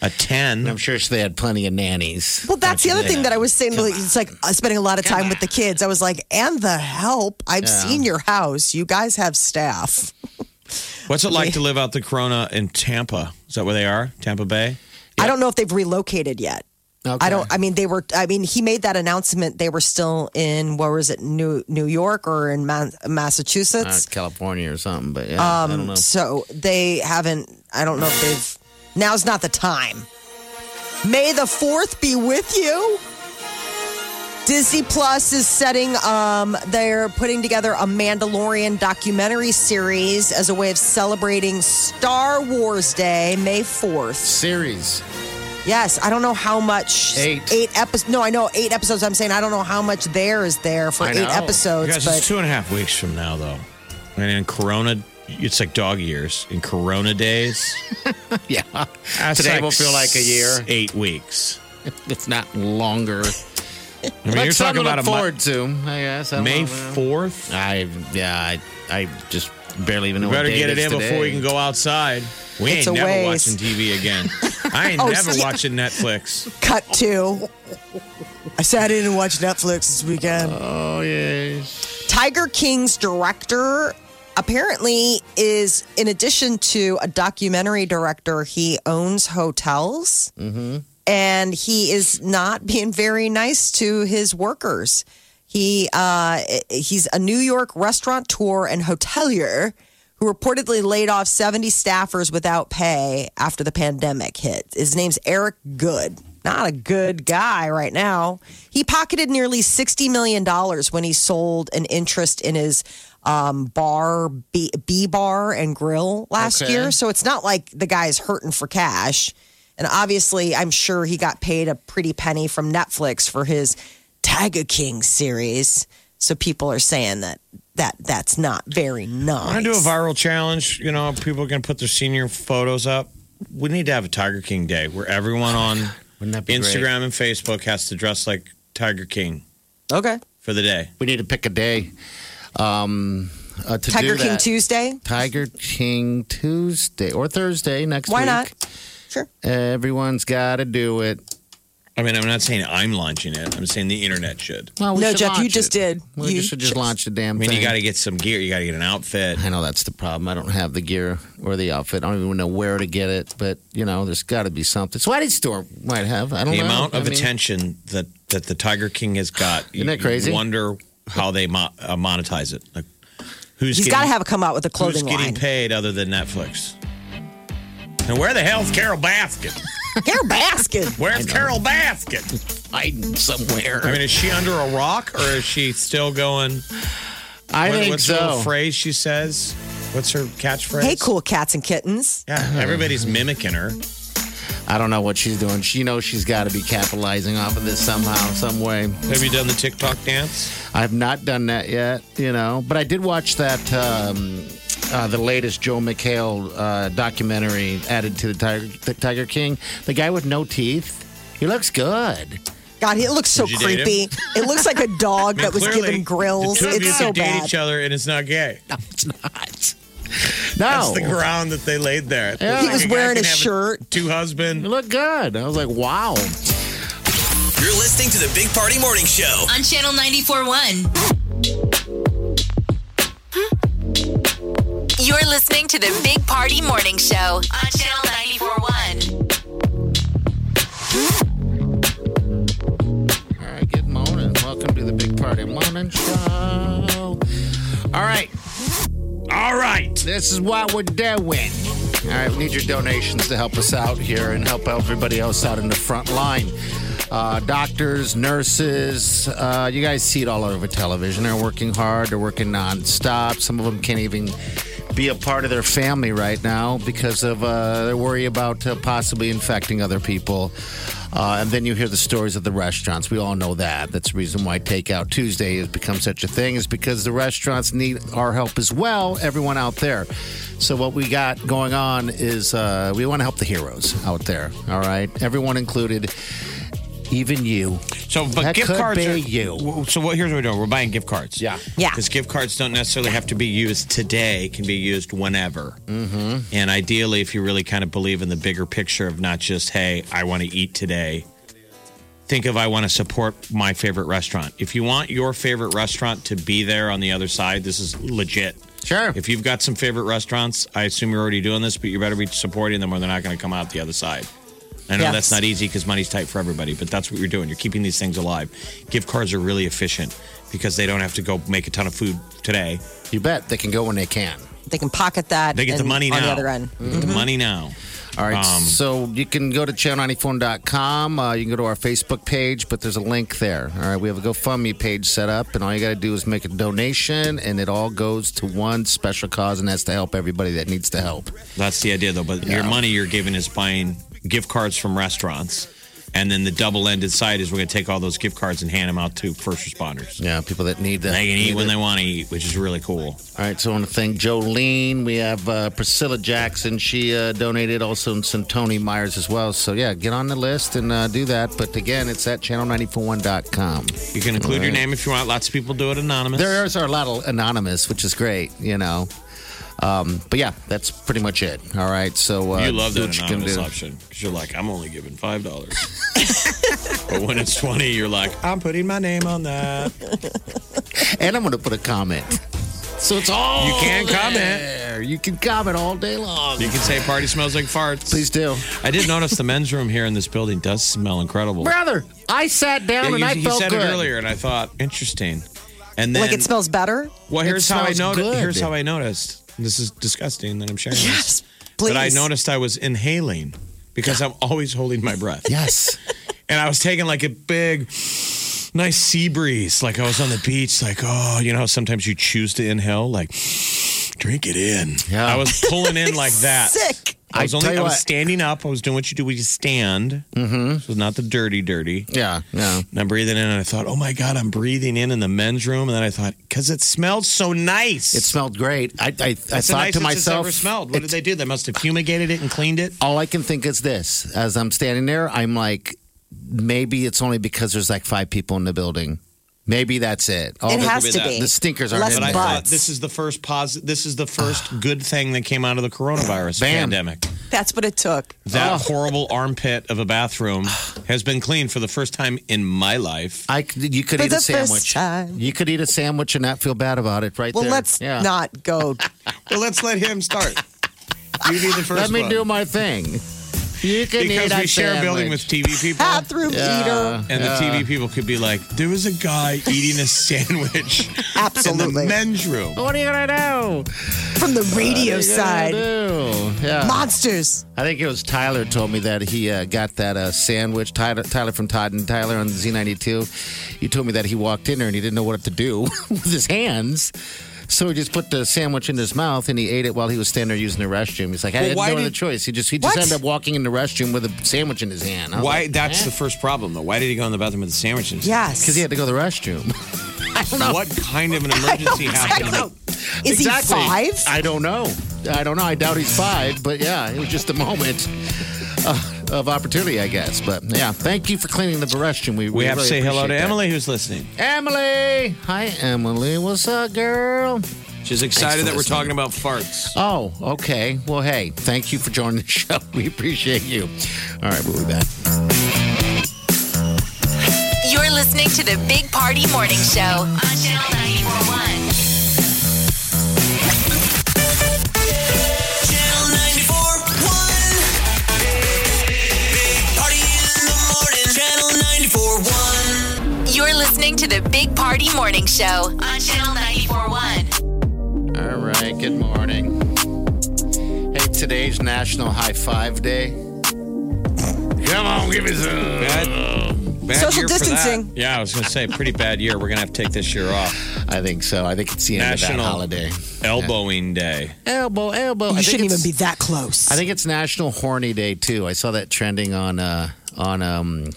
D: a 10
E: I'm sure they had plenty of nannies.
C: Well, that's the other thing that I was saying.
E: Come
C: like, It's like uh, spending a lot of time with the kids. I was like, and the help. I've
E: Yeah.
C: seen your house. You guys have staff.
D: What's it like to live out the corona in Tampa? Is that where they are? Tampa Bay?
C: I don't know if they've relocated yet. I don't. I mean, they were. I mean, he made that announcement. They were still in where was it, New New York or in Ma- Massachusetts?
E: Uh, California or something, but yeah,
D: Um,
E: I don't know.
C: So they haven't. I don't know if they've. Now's not the time. May the fourth be with you. Disney Plus is setting. Um, they're putting together a Mandalorian documentary series as a way of celebrating Star Wars Day, May fourth.
E: Series. [laughs]
C: Yes, I don't know how much
E: Eight.
C: eight episodes. No, I know eight episodes. I'm saying I don't know how much there is there for
D: I
C: eight
D: know.
C: episodes,
D: You guys,
C: but
D: it's two and a half weeks from now, though. And in Corona, it's like dog years. In Corona days,
E: yeah,
D: that's
E: Today will feel like a year.
D: Eight weeks.
E: It's not longer. I
D: mean, you're talking about a
E: look
D: month-
E: forward to. I guess I don't
D: May
E: know.
D: fourth.
E: I yeah, I, I just barely even know.
D: You better
E: what day
D: get it
E: is
D: in
E: today.
D: before you can go outside. We
C: It's
D: ain't
C: a
D: never
C: ways.
D: watching TV
E: [laughs]
D: again. I ain't
C: Oh,
D: never
C: see-
D: watching Netflix.
C: cut
D: [laughs]
C: two. I sat in and watched Netflix this weekend.
E: Oh yeah.
C: Tiger King's director apparently is, in addition to a documentary director, he owns hotels.
E: Mm-hmm.
C: and he is not [laughs] being very nice to his workers. He uh, he's a New York restaurateur and hotelier who reportedly laid off 70 staffers without pay after the pandemic hit. His name's Eric Good. Not a good guy right now. He pocketed nearly $60 million when he sold an interest in his um, bar, B, B bar and grill last
E: Okay.
C: year. So it's not like the guy's hurting for cash. And obviously, I'm sure he got paid a pretty penny from Netflix for his Tiger King series. So people are saying that that that's not very nice.
D: I'm gonna do a viral challenge. You know, people can put their senior photos up. We need to have a Tiger King day where
E: [laughs]
D: everyone on
E: Wouldn't that be
D: Instagram
E: Great?
D: and Facebook has to dress like Tiger King
C: Okay.
D: for the day.
E: We need to pick a day. Um, uh, to
C: Tiger
E: do
C: King
E: that.
C: Tuesday.
E: Tiger King Tuesday or Thursday next
C: Why
E: week.
C: not? Sure.
E: Everyone's got to do it.
D: I mean, I'm not saying I'm launching it. I'm saying the internet should.
E: Well, we
C: no,
E: should
C: Jeff, you
E: launch
C: just
E: it.
C: did.
E: We
C: you
E: should just launch the damn
D: I mean,
E: thing.
D: you got to get some gear. You got to get an outfit.
E: I know that's the problem. I don't have the gear or the outfit. I don't even know where to get it. But you know, there's got to be something. Swati store might have. I don't
D: The
C: Uh-huh.
E: know.
D: amount
E: I
D: of
E: mean,
D: attention that that the Tiger King has got.
E: Isn't that crazy?
D: You wonder how they mo- uh, monetize it. Like, who's
C: He's got to
D: getting-
C: have a come out with a
D: who's
C: clothing
D: getting
C: line.
D: paid other than Netflix? And where the hell's Carol Baskin?
C: Hair
D: [laughs]
C: basket.
D: Where's Carol Baskin?
E: hiding somewhere.
D: I mean, is she under a rock or is she still going?
E: I
D: what-
E: think
D: what's her
E: so.
D: little phrase she says? What's her catchphrase?
C: Hey, cool cats and kittens.
D: Yeah, everybody's mimicking her.
E: I don't know what she's doing. She knows she's got to be capitalizing off of this somehow, some way.
D: Have you done the TikTok dance?
E: I've not done that yet, you know, but I did watch that um, uh, the latest Joe McHale uh, documentary added to the Tiger, the Tiger King. The guy with no teeth, he looks good. [laughs]
C: God, he- it looks so
D: Would you date
C: creepy. It looks like a dog
D: [laughs] I mean,
C: that was
D: clearly,
C: given grills.
D: The two of you
C: It's so
D: could date
C: bad.
D: each other, and it's not gay.
E: No, it's not.
D: That's
E: No,
D: the ground that they laid there.
E: Yeah.
C: He was
D: You guys
C: wearing
D: can
C: a
D: have
C: shirt.
D: Two husband.
E: he looked good. I was like, wow.
A: You're listening to the Big Party Morning Show.
B: On Channel 94.1. You're listening to the Big Party Morning Show on Channel 94.1.
E: All right, good morning. Welcome to the Big Party Morning Show. All right,
D: All right.
E: This is what we're doing. All right, we need your donations to help us out here and help everybody else out in the front line. Uh, doctors, nurses, uh, you guys see it all over television. They're working hard, they're working nonstop. Some of them can't even be a part of their family right now because of uh, their worry about uh, possibly infecting other people. Uh, and then you hear the stories of the restaurants. We all know that. That's the reason why Takeout Tuesday has become such a thing, is because the restaurants need our help as well, everyone out there. So, what we got going on is uh, we want to help the heroes out there, all right? Everyone included, even you.
D: So, but
E: That
D: gift
E: could
D: cards
E: be
D: are
E: you.
D: w- So, what? Here's what we're doing: we're buying gift cards.
E: Yeah.
C: Yeah.
D: Because gift cards don't necessarily have to be used today; it can be used whenever. Mm-hmm. And ideally, if you really kind of believe in the bigger picture of not just "Hey, I want to eat today," think of I want to support my favorite restaurant. If you want your favorite restaurant to be there on the other side, this is legit.
E: Sure.
D: If you've got some favorite restaurants, I assume you're already doing this, but you better be supporting them or they're not going to come out the other side. I know
L: Yes.
D: that's not easy because money's tight for everybody, but that's what you're doing. You're keeping these things alive. Gift cards are really efficient because they don't have to go make a ton of food today.
E: You bet they can go when they can.
C: They can pocket that.
D: They get the
C: and-
D: money
C: on the
D: now.
C: other end. Mm-hmm.
D: They get the money now.
E: All right.
D: Um,
E: so you can go to channel94.com. Uh, you can go to our Facebook page, but there's a link there. All right. We have a GoFundMe page set up, and all you got to do is make a donation, and it all goes to one special cause, and that's to help everybody that needs to help.
D: That's the idea, though. But your money you're giving is buying gift cards from restaurants. And then the double ended side is we're going to take all those gift cards and hand them out to first responders.
E: Yeah, people that need that.
D: They can
E: need
D: eat when
E: it.
D: they want to eat, which is really cool.
E: All right, so I want to thank Jolene. We have uh, Priscilla Jackson. She uh, donated also some Tony Myers as well. So, yeah, get on the list and uh, do that. But again, it's at channel941.com.
D: You can include your name if you want. Lots of people do it anonymous.
E: There is a lot of anonymous, which is great, you know. Um, but yeah, that's pretty much it. All right, so uh,
D: you love
E: do
D: that
E: what you
D: anonymous
E: do.
D: option because you're like, I'm only giving
E: [laughs]
D: five dollars. but when it's twenty, you're like, I'm putting my name on that.
E: and I'm going to put a comment. [laughs] So it's all
D: You can comment.
E: there. You can comment all day long.
D: You can say party smells like farts.
E: Please do.
D: I did notice the men's room here in this building does smell incredible.
E: brother. I sat down
D: Yeah,
E: and
D: you,
E: I
D: you
E: felt
D: said
E: good.
D: it earlier, and I thought interesting. And then
C: like it smells better.
D: Well, here's how I noticed.
C: know.
D: Here's how I noticed. This is disgusting that I'm sharing. Yes, this. But I
C: please.
D: noticed I was inhaling because I'm always holding my breath.
E: Yes.
D: and I was taking like a big, nice sea breeze. Like I was on the beach. Like oh, you know, how sometimes you choose to inhale. Like drink it in. Yeah. I was pulling
E: [laughs]
D: in like that.
E: Sick.
D: I was
E: I
D: only
E: tell you
D: I was
E: what.
D: standing up. I was doing what you do when you stand. Mm-hmm. So not the dirty, dirty.
E: Yeah, yeah.
D: And I'm breathing in, and I thought, oh my god, I'm breathing in in the men's room, and then I thought, because it smelled so nice.
E: It smelled great. I, I, I
D: That's the
E: thought to
D: nicest it's
E: myself,
D: ever smelled. What did they do? They must have fumigated it and cleaned it.
E: all I can think is this: as I'm standing there, I'm like, maybe it's only because there's like five people in the building. Maybe that's it. All
D: It
E: the,
D: has to be.
E: The stinkers aren't
D: Less
E: in
D: But I
E: there.
D: thought this is the first posi- This is
E: [sighs]
D: the first good thing that came out of the coronavirus
E: Bam.
D: pandemic.
C: That's what it took.
D: That horrible armpit of a
E: [sighs]
D: bathroom has been cleaned for the first time in my life.
E: I c- you could
D: For
E: eat a
D: the first
E: sandwich. You could eat a sandwich and not feel bad about it, right
D: Well,
E: there.
D: let's
C: not
E: [laughs]
C: go.
D: well, let's let him start. You be the first
E: Let me
D: one.
E: do my thing. You can
D: because
E: eat
D: we
E: a
D: share a
E: sandwich.
D: building with TV people.
C: Bathroom
E: Yeah. eater.
D: And
E: Yeah.
D: the TV people could be like, there was a guy
E: [laughs]
D: eating a sandwich in the men's room.
E: What are you gonna do?
C: From the radio
E: What are you
C: side.
E: gonna do? Yeah.
C: Monsters.
E: I think it was Tyler told me that he uh, got that uh, sandwich. Tyler, Tyler from Todd and Tyler on Z92. He told me that he walked in there and he didn't know what to do [laughs] with his hands. So he just put the sandwich in his mouth and he ate it while he was standing there using the restroom. He's like, I
D: Well,
E: had
D: why
E: no other
D: did-
E: choice. He just he just
D: What?
E: ended up walking in the restroom with a sandwich in his hand. I was
D: Why?
E: like,
D: That's
E: eh.
D: the first problem, though. Why did he go in the bathroom with a sandwich? In his
C: Yes.
E: Because
C: [laughs]
E: he had to go to the restroom. I don't know.
D: What
E: [laughs]
D: kind of an emergency happened?
C: Is he
E: exactly.
C: five?
E: I don't know. I don't know. I doubt he's five, but yeah, it was just a moment uh, of opportunity, I guess. But yeah, thank you for cleaning the restroom. We,
D: We have to
E: really
D: say hello to
E: appreciate that.
D: Emily, who's listening.
E: Emily. Hi, Emily. What's up, girl?
D: She's
E: Thanks
D: excited
E: for
D: that we're
E: listening.
D: talking about farts.
E: Oh, okay. Well, hey, thank you for joining the [laughs] show. We appreciate you. All right, we'll be back.
B: You're listening to the Big Party Morning Show on Channel 941.
A: Channel 94.1. Big Party in the morning. Channel 94.1.
B: You're listening to the Big Party Morning Show on Channel 941.
E: All right, good morning. Hey, today's National High Five Day. Come on, give me some.
D: Bad, bad
E: Uh, Social
D: year for that.
E: distancing.
D: Yeah, I was going to say, pretty bad year. We're going to have to take this year off.
E: I think so. I think it's the end of that
D: National
E: holiday.
D: Elbowing Day.
E: Elbow, elbow.
C: You
E: I think
C: shouldn't even
E: it's-
C: be that close.
E: I think it's National Horny Day too. I saw that trending on uh, on um,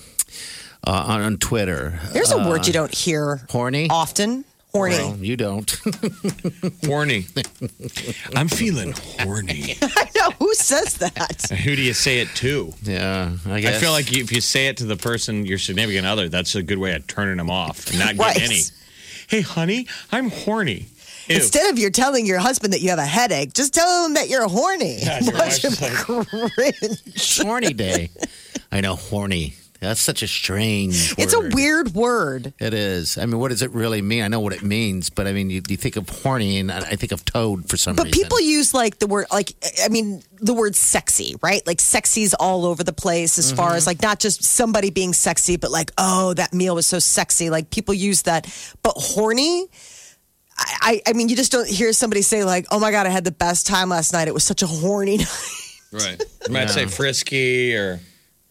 E: uh, on, on Twitter.
C: There's a
E: Uh,
C: word you don't hear
E: horny
C: often. Horny. [laughs]
E: Well, Oh, you don't. [laughs]
D: horny. I'm feeling horny.
C: I know who says that.
E: [laughs]
D: Who do you say it to?
E: Yeah, I
D: I
E: guess.
D: feel like if you say it to the person, your significant other, that's a good way of turning them off and not
C: Right.
D: getting any. Hey, honey, I'm horny. Ew.
C: Instead of you're telling your husband that you have a headache, just tell him that you're horny.
D: Yeah, your
C: Bunch [laughs]
D: wife's
C: of cringe.
E: horny day. I know, horny. That's such a strange.
C: [laughs] It's a weird word.
E: It is. I mean, what does it really mean? I know what it means, but I mean, you, you think of horny, and I I think of toad for some
C: But
E: reason.
C: people use like the word like I mean the word sexy, right? Like sexy's all over the place as far as like not just somebody being sexy, but like oh that meal was so sexy. Like people use that, but horny. I, I I mean, you just don't hear somebody say like, "Oh my god, I had the best time last night. It was such a horny [laughs] night."
D: Right. You might say frisky or.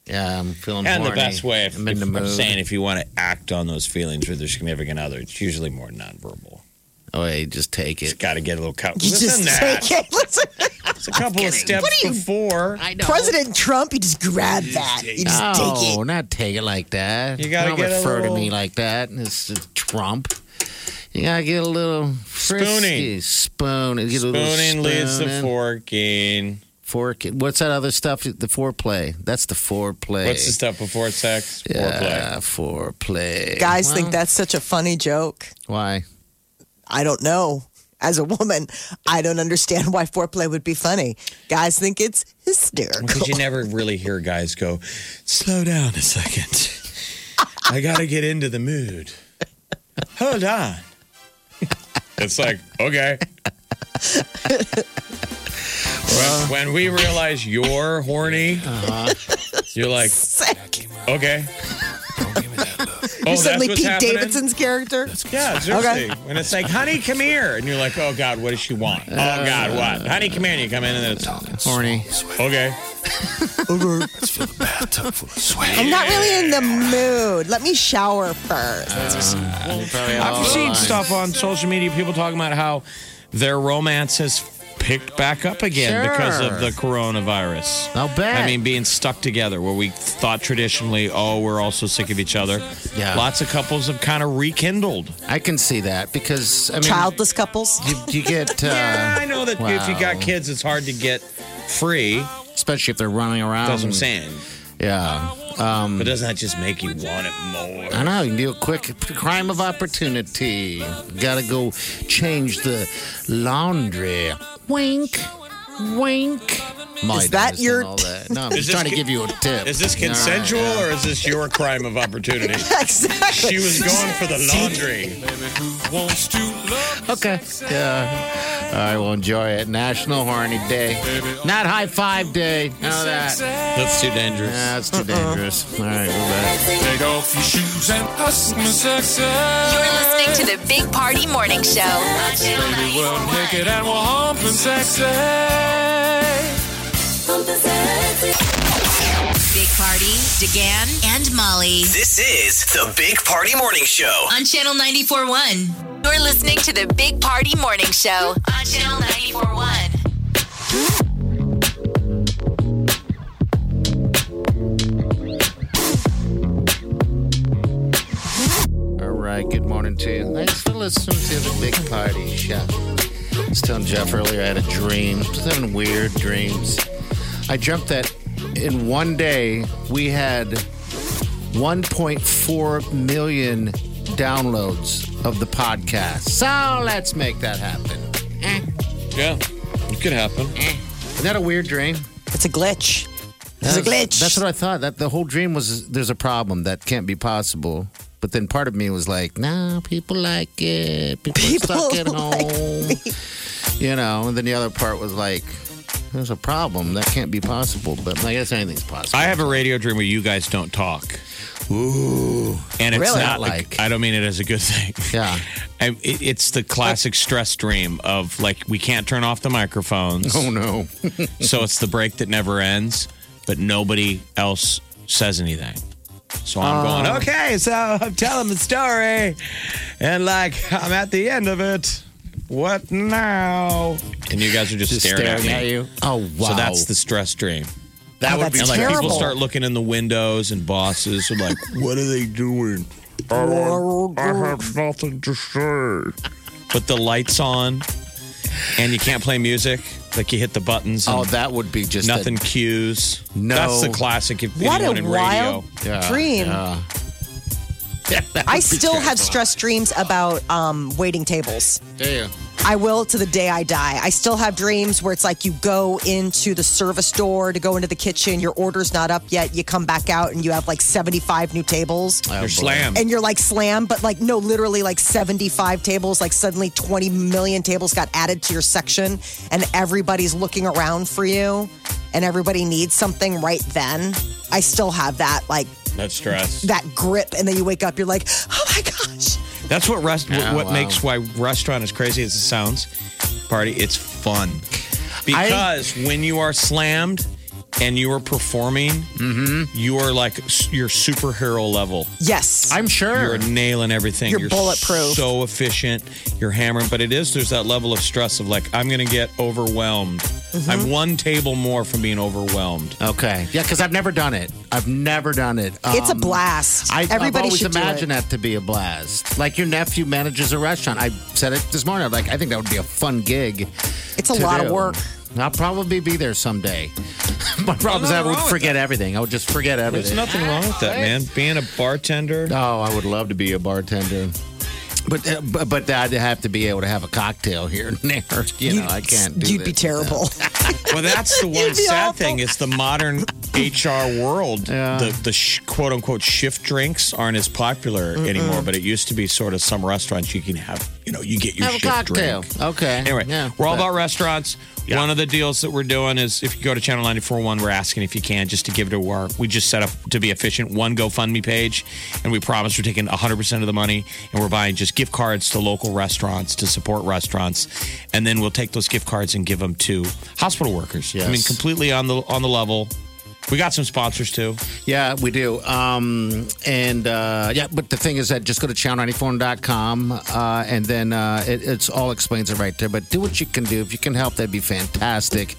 E: Yeah, I'm feeling
D: And the
E: horny.
D: best way, if,
E: I'm in
D: if-
E: the
D: I'm
E: mood.
D: saying, if you want to act on those feelings with your significant other, it's usually more nonverbal.
E: Oh, yeah, you just take it.
D: Got to get a little cut.
C: You
D: Listen
C: just
D: that.
C: take it. Listen,
D: It's a couple of steps
C: What are you-
D: before.
C: President Trump, you just grab that. You just take it.
E: no, not take it like that.
D: You gotta
E: Don't
D: get a
E: refer
D: little-
E: to me like that. It's Trump. You gotta get a little frisky.
D: Spooning.
E: spoon. Get a little
D: Spooning leads to
E: spooning.
D: forking.
E: Fork. What's that other stuff? The foreplay. That's the foreplay.
D: What's the stuff before sex?
E: Yeah, foreplay.
C: Guys
E: Oh, Well,
C: think that's such a funny joke.
E: why?
C: I don't know. As a woman, I don't understand why foreplay would be funny. Guys think it's hysterical.
D: Because you never really hear guys go, slow down a second. I got to get into the mood. Hold on. It's like, okay. when, when we realize you're horny,
C: Uh-huh.
D: you're
C: [laughs]
D: like,
C: Sick.
D: okay.
C: You're
D: Oh,
C: suddenly
D: that's what's
C: Pete
D: happening?
C: Davidson's character.
D: Yeah, seriously. When it's like, honey, come here. And you're like, oh, God, what does she want? Oh, God, what? Honey, come here. And you come in and it's
E: Horny.
D: okay.
L: Let's fill the bathtub full of sweat.
C: I'm not really in the mood. Let me shower first.
D: I've seen stuff on social media, people talking about how their romance has picked back up again
E: Sure.
D: because of the coronavirus.
E: I'll bet.
D: I mean, being stuck together, where we thought traditionally, oh, we're all so sick of each other.
E: Yeah.
D: Lots of couples have kind of rekindled.
E: I can see that because I mean,
C: Childless couples.
E: you, you get. Uh,
D: yeah, I know that if you
E: wow.
D: got kids, it's hard to get free.
E: especially if they're running around.
D: That's what I'm saying.
E: Yeah.
D: but doesn't that just make you want it more?
E: I know you can do a quick crime of opportunity. Got to go change the laundry. Wink, wink. My
C: Is that
E: dentist
C: your-
E: and all that.
C: [laughs]
E: No, I'm
D: Is
E: just
D: this
E: trying to
D: con-
E: give you a tip.
D: Is this consensual or is this your crime
E: [laughs]
D: of
C: [laughs]
D: opportunity?
C: exactly.
D: She was going for the laundry.
E: Okay. Yeah. All right. Well, enjoy it. National Horny Day. Not High Five Day. None of that.
D: That's too dangerous.
E: That's too dangerous. All right. We're back.
L: Take off your shoes and us, my sexy.
B: You're listening to the Big Party Morning Show on Channel
L: Baby, we're
B: 941.
L: naked and we're humping sexy.
B: Big Party, DeGan, and Molly
A: This is the Big Party Morning Show.
B: on Channel 941. You're listening to the Big Party Morning Show on Channel 941.
E: All right, good morning to you. Thanks for listening to the Big Party Show. I was telling Jeff earlier I had a dream. I was having weird dreams. I dreamt that in one day we had 1.4 million downloads of the podcast. So let's make that happen. Eh.
D: Yeah, it could happen.
E: Isn't that a weird dream?
C: It's a glitch. It's a glitch.
E: That's what I thought. That the whole dream was there's a problem that can't be possible. But then part of me was like, nah, people like it. People,
C: People
E: are stuck at
C: [laughs] like
E: home. You know, and then the other part was like, there's a problem that can't be possible. But I guess anything's possible.
D: I have a radio dream where you guys don't talk.
E: Ooh.
D: And it's
E: Really?
D: not
E: Like-
D: like, I don't mean it as a good thing.
E: Yeah.
D: [laughs] I, it, it's the classic stress dream of like, we can't turn off the microphones.
E: Oh no.
D: so it's the break that never ends, but nobody else says anything. So I'm going, Oh. okay, so [laughs] I'm telling the story. And like, I'm at the end of it. What now? And you guys are just,
E: Just
D: staring,
E: staring
D: at
E: at
D: me.
E: you. Oh wow.
D: So that's the stress dream.
E: that would be
C: Oh, that's
D: And like people
C: Terrible.
D: start looking in the windows, and bosses are like, [laughs] "What are they doing?" I have nothing to say. With the lights on, and you can't play music. Like you hit the buttons. And
E: Oh, that would be just a-
D: nothing cues.
E: No.
D: that's the classic. If
C: what
D: anyone
C: a
D: in
C: wild
D: radio,
E: Yeah,
C: dream.
E: yeah.
C: I still have stress dreams about um, waiting tables.
E: Yeah.
C: I will to the day I die. I still have dreams where it's like you go into the service door to go into the kitchen, your order's not up yet, you come back out and you have like 75 new tables.
E: Oh,
D: They're slammed.
C: And you're like slam, but like no, literally like 75 tables, like suddenly 20 million tables got added to your section and everybody's looking around for you and everybody needs something right then. I still have that like
D: That's stress.
C: that grip and then you wake up you're like, "Oh my gosh."
D: That's what rest.
E: Oh,
D: what
E: wow.
D: makes why restaurant as crazy as it sounds, party. It's fun because when you are slammed and you are performing,
E: Mm-hmm.
D: you are like s- your superhero level.
C: Yes,
E: I'm sure
D: you're nailing everything.
C: You're bulletproof.
D: So efficient. You're hammering, but it is there's that level of stress of like I'm going to get overwhelmed.
C: Mm-hmm.
D: I'm one table more from being overwhelmed.
E: Okay. Yeah, because I've never done it. I've never done it.
C: It's a blast.
E: um, I,
C: Everybody
E: I've always
C: should do
E: imagined
C: it.
E: that to be a blast. Like your nephew manages a restaurant. I said it this morning. I'm like, I think that would be a fun gig.
C: It's a
E: to
C: lot of
E: do.
C: work.
E: I'll probably be there someday. [laughs] My problem is I would forget everything. I would just forget
D: There's
E: everything.
D: nothing wrong with that, man. Being a bartender.
E: Oh, I would love to be a bartender. But, uh, but but I'd have to be able to have a cocktail here and there. [laughs] You, know, I can't do
C: You'd be
E: this without-
C: terrible. [laughs]
D: Well, that's the one
C: You'd be
D: sad
C: awful.
D: thing. It's the modern HR world. The the sh- quote unquote shift drinks aren't as popular anymore, but it used to be sort of some restaurants you can have. You know, you get your
E: Have a
D: shift
E: cocktail.
D: drink.
E: Okay.
D: Anyway,
E: Yeah.
D: we're all about restaurants. One of the deals that we're doing is if you go to Channel 941, we're asking if you can just to give to our. We just set up to be efficient one GoFundMe page, and we promise we're taking 100% of the money and we're buying just gift cards to local restaurants to support restaurants. And then we'll take those gift cards and give them to hospital workers. I mean,
E: Yes.
D: completely on the on the level. We got some sponsors too.
E: Yeah, we do. Um, and uh, yeah, but the thing is that just go to channel94.com uh, and then uh, it, it's all explains it right there. But do what you can do. If you can help, that'd be fantastic.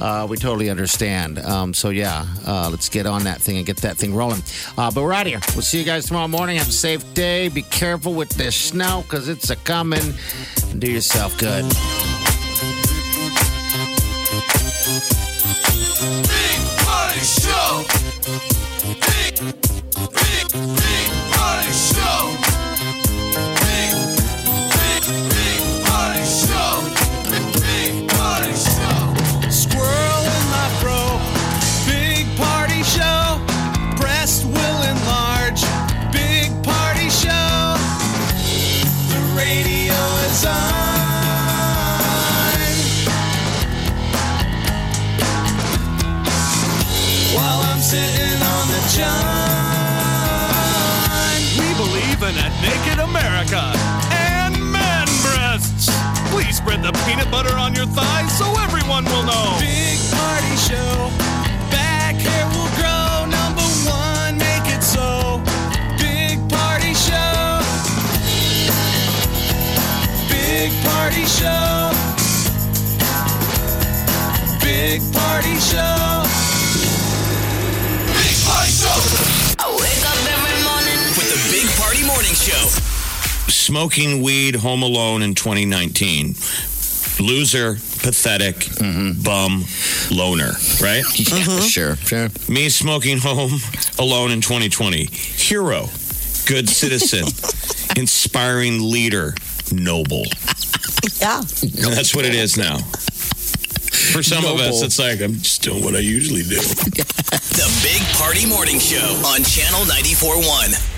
E: Uh, we totally understand. Um, so yeah, uh, let's get on that thing and get that thing rolling. Uh, but we're out of here. We'll see you guys tomorrow morning. Have a safe day. Be careful with the snow because it's a coming. Do yourself good. [laughs]
L: Big Party Show. Big, big, big Party Show. Big, big, big Party Show. Big Party Show. Squirrel in my bro. Big Party Show. Breast will enlarge. Big Party Show. The radio is on. while I'm sitting on the john. We believe in a naked America and man breasts. Please spread the peanut butter on your thighs so everyone will know. Big party show. Back hair will grow. Number one, make it so. Big party show. Big party show. Big party show. Big Party Show.
B: I wake up every morning.
A: With the Big Party Morning Show.
D: Smoking weed home alone in 2019. Loser, pathetic, bum, loner, right?
E: Sure, sure.
D: Me smoking home alone in 2020. Hero, good citizen, inspiring leader, noble.
C: yeah.
D: And that's what it is now. For some of us,
E: Noble.
D: it's like, I'm just doing what I usually do.
A: The Big Party Morning Show on Channel 94.1.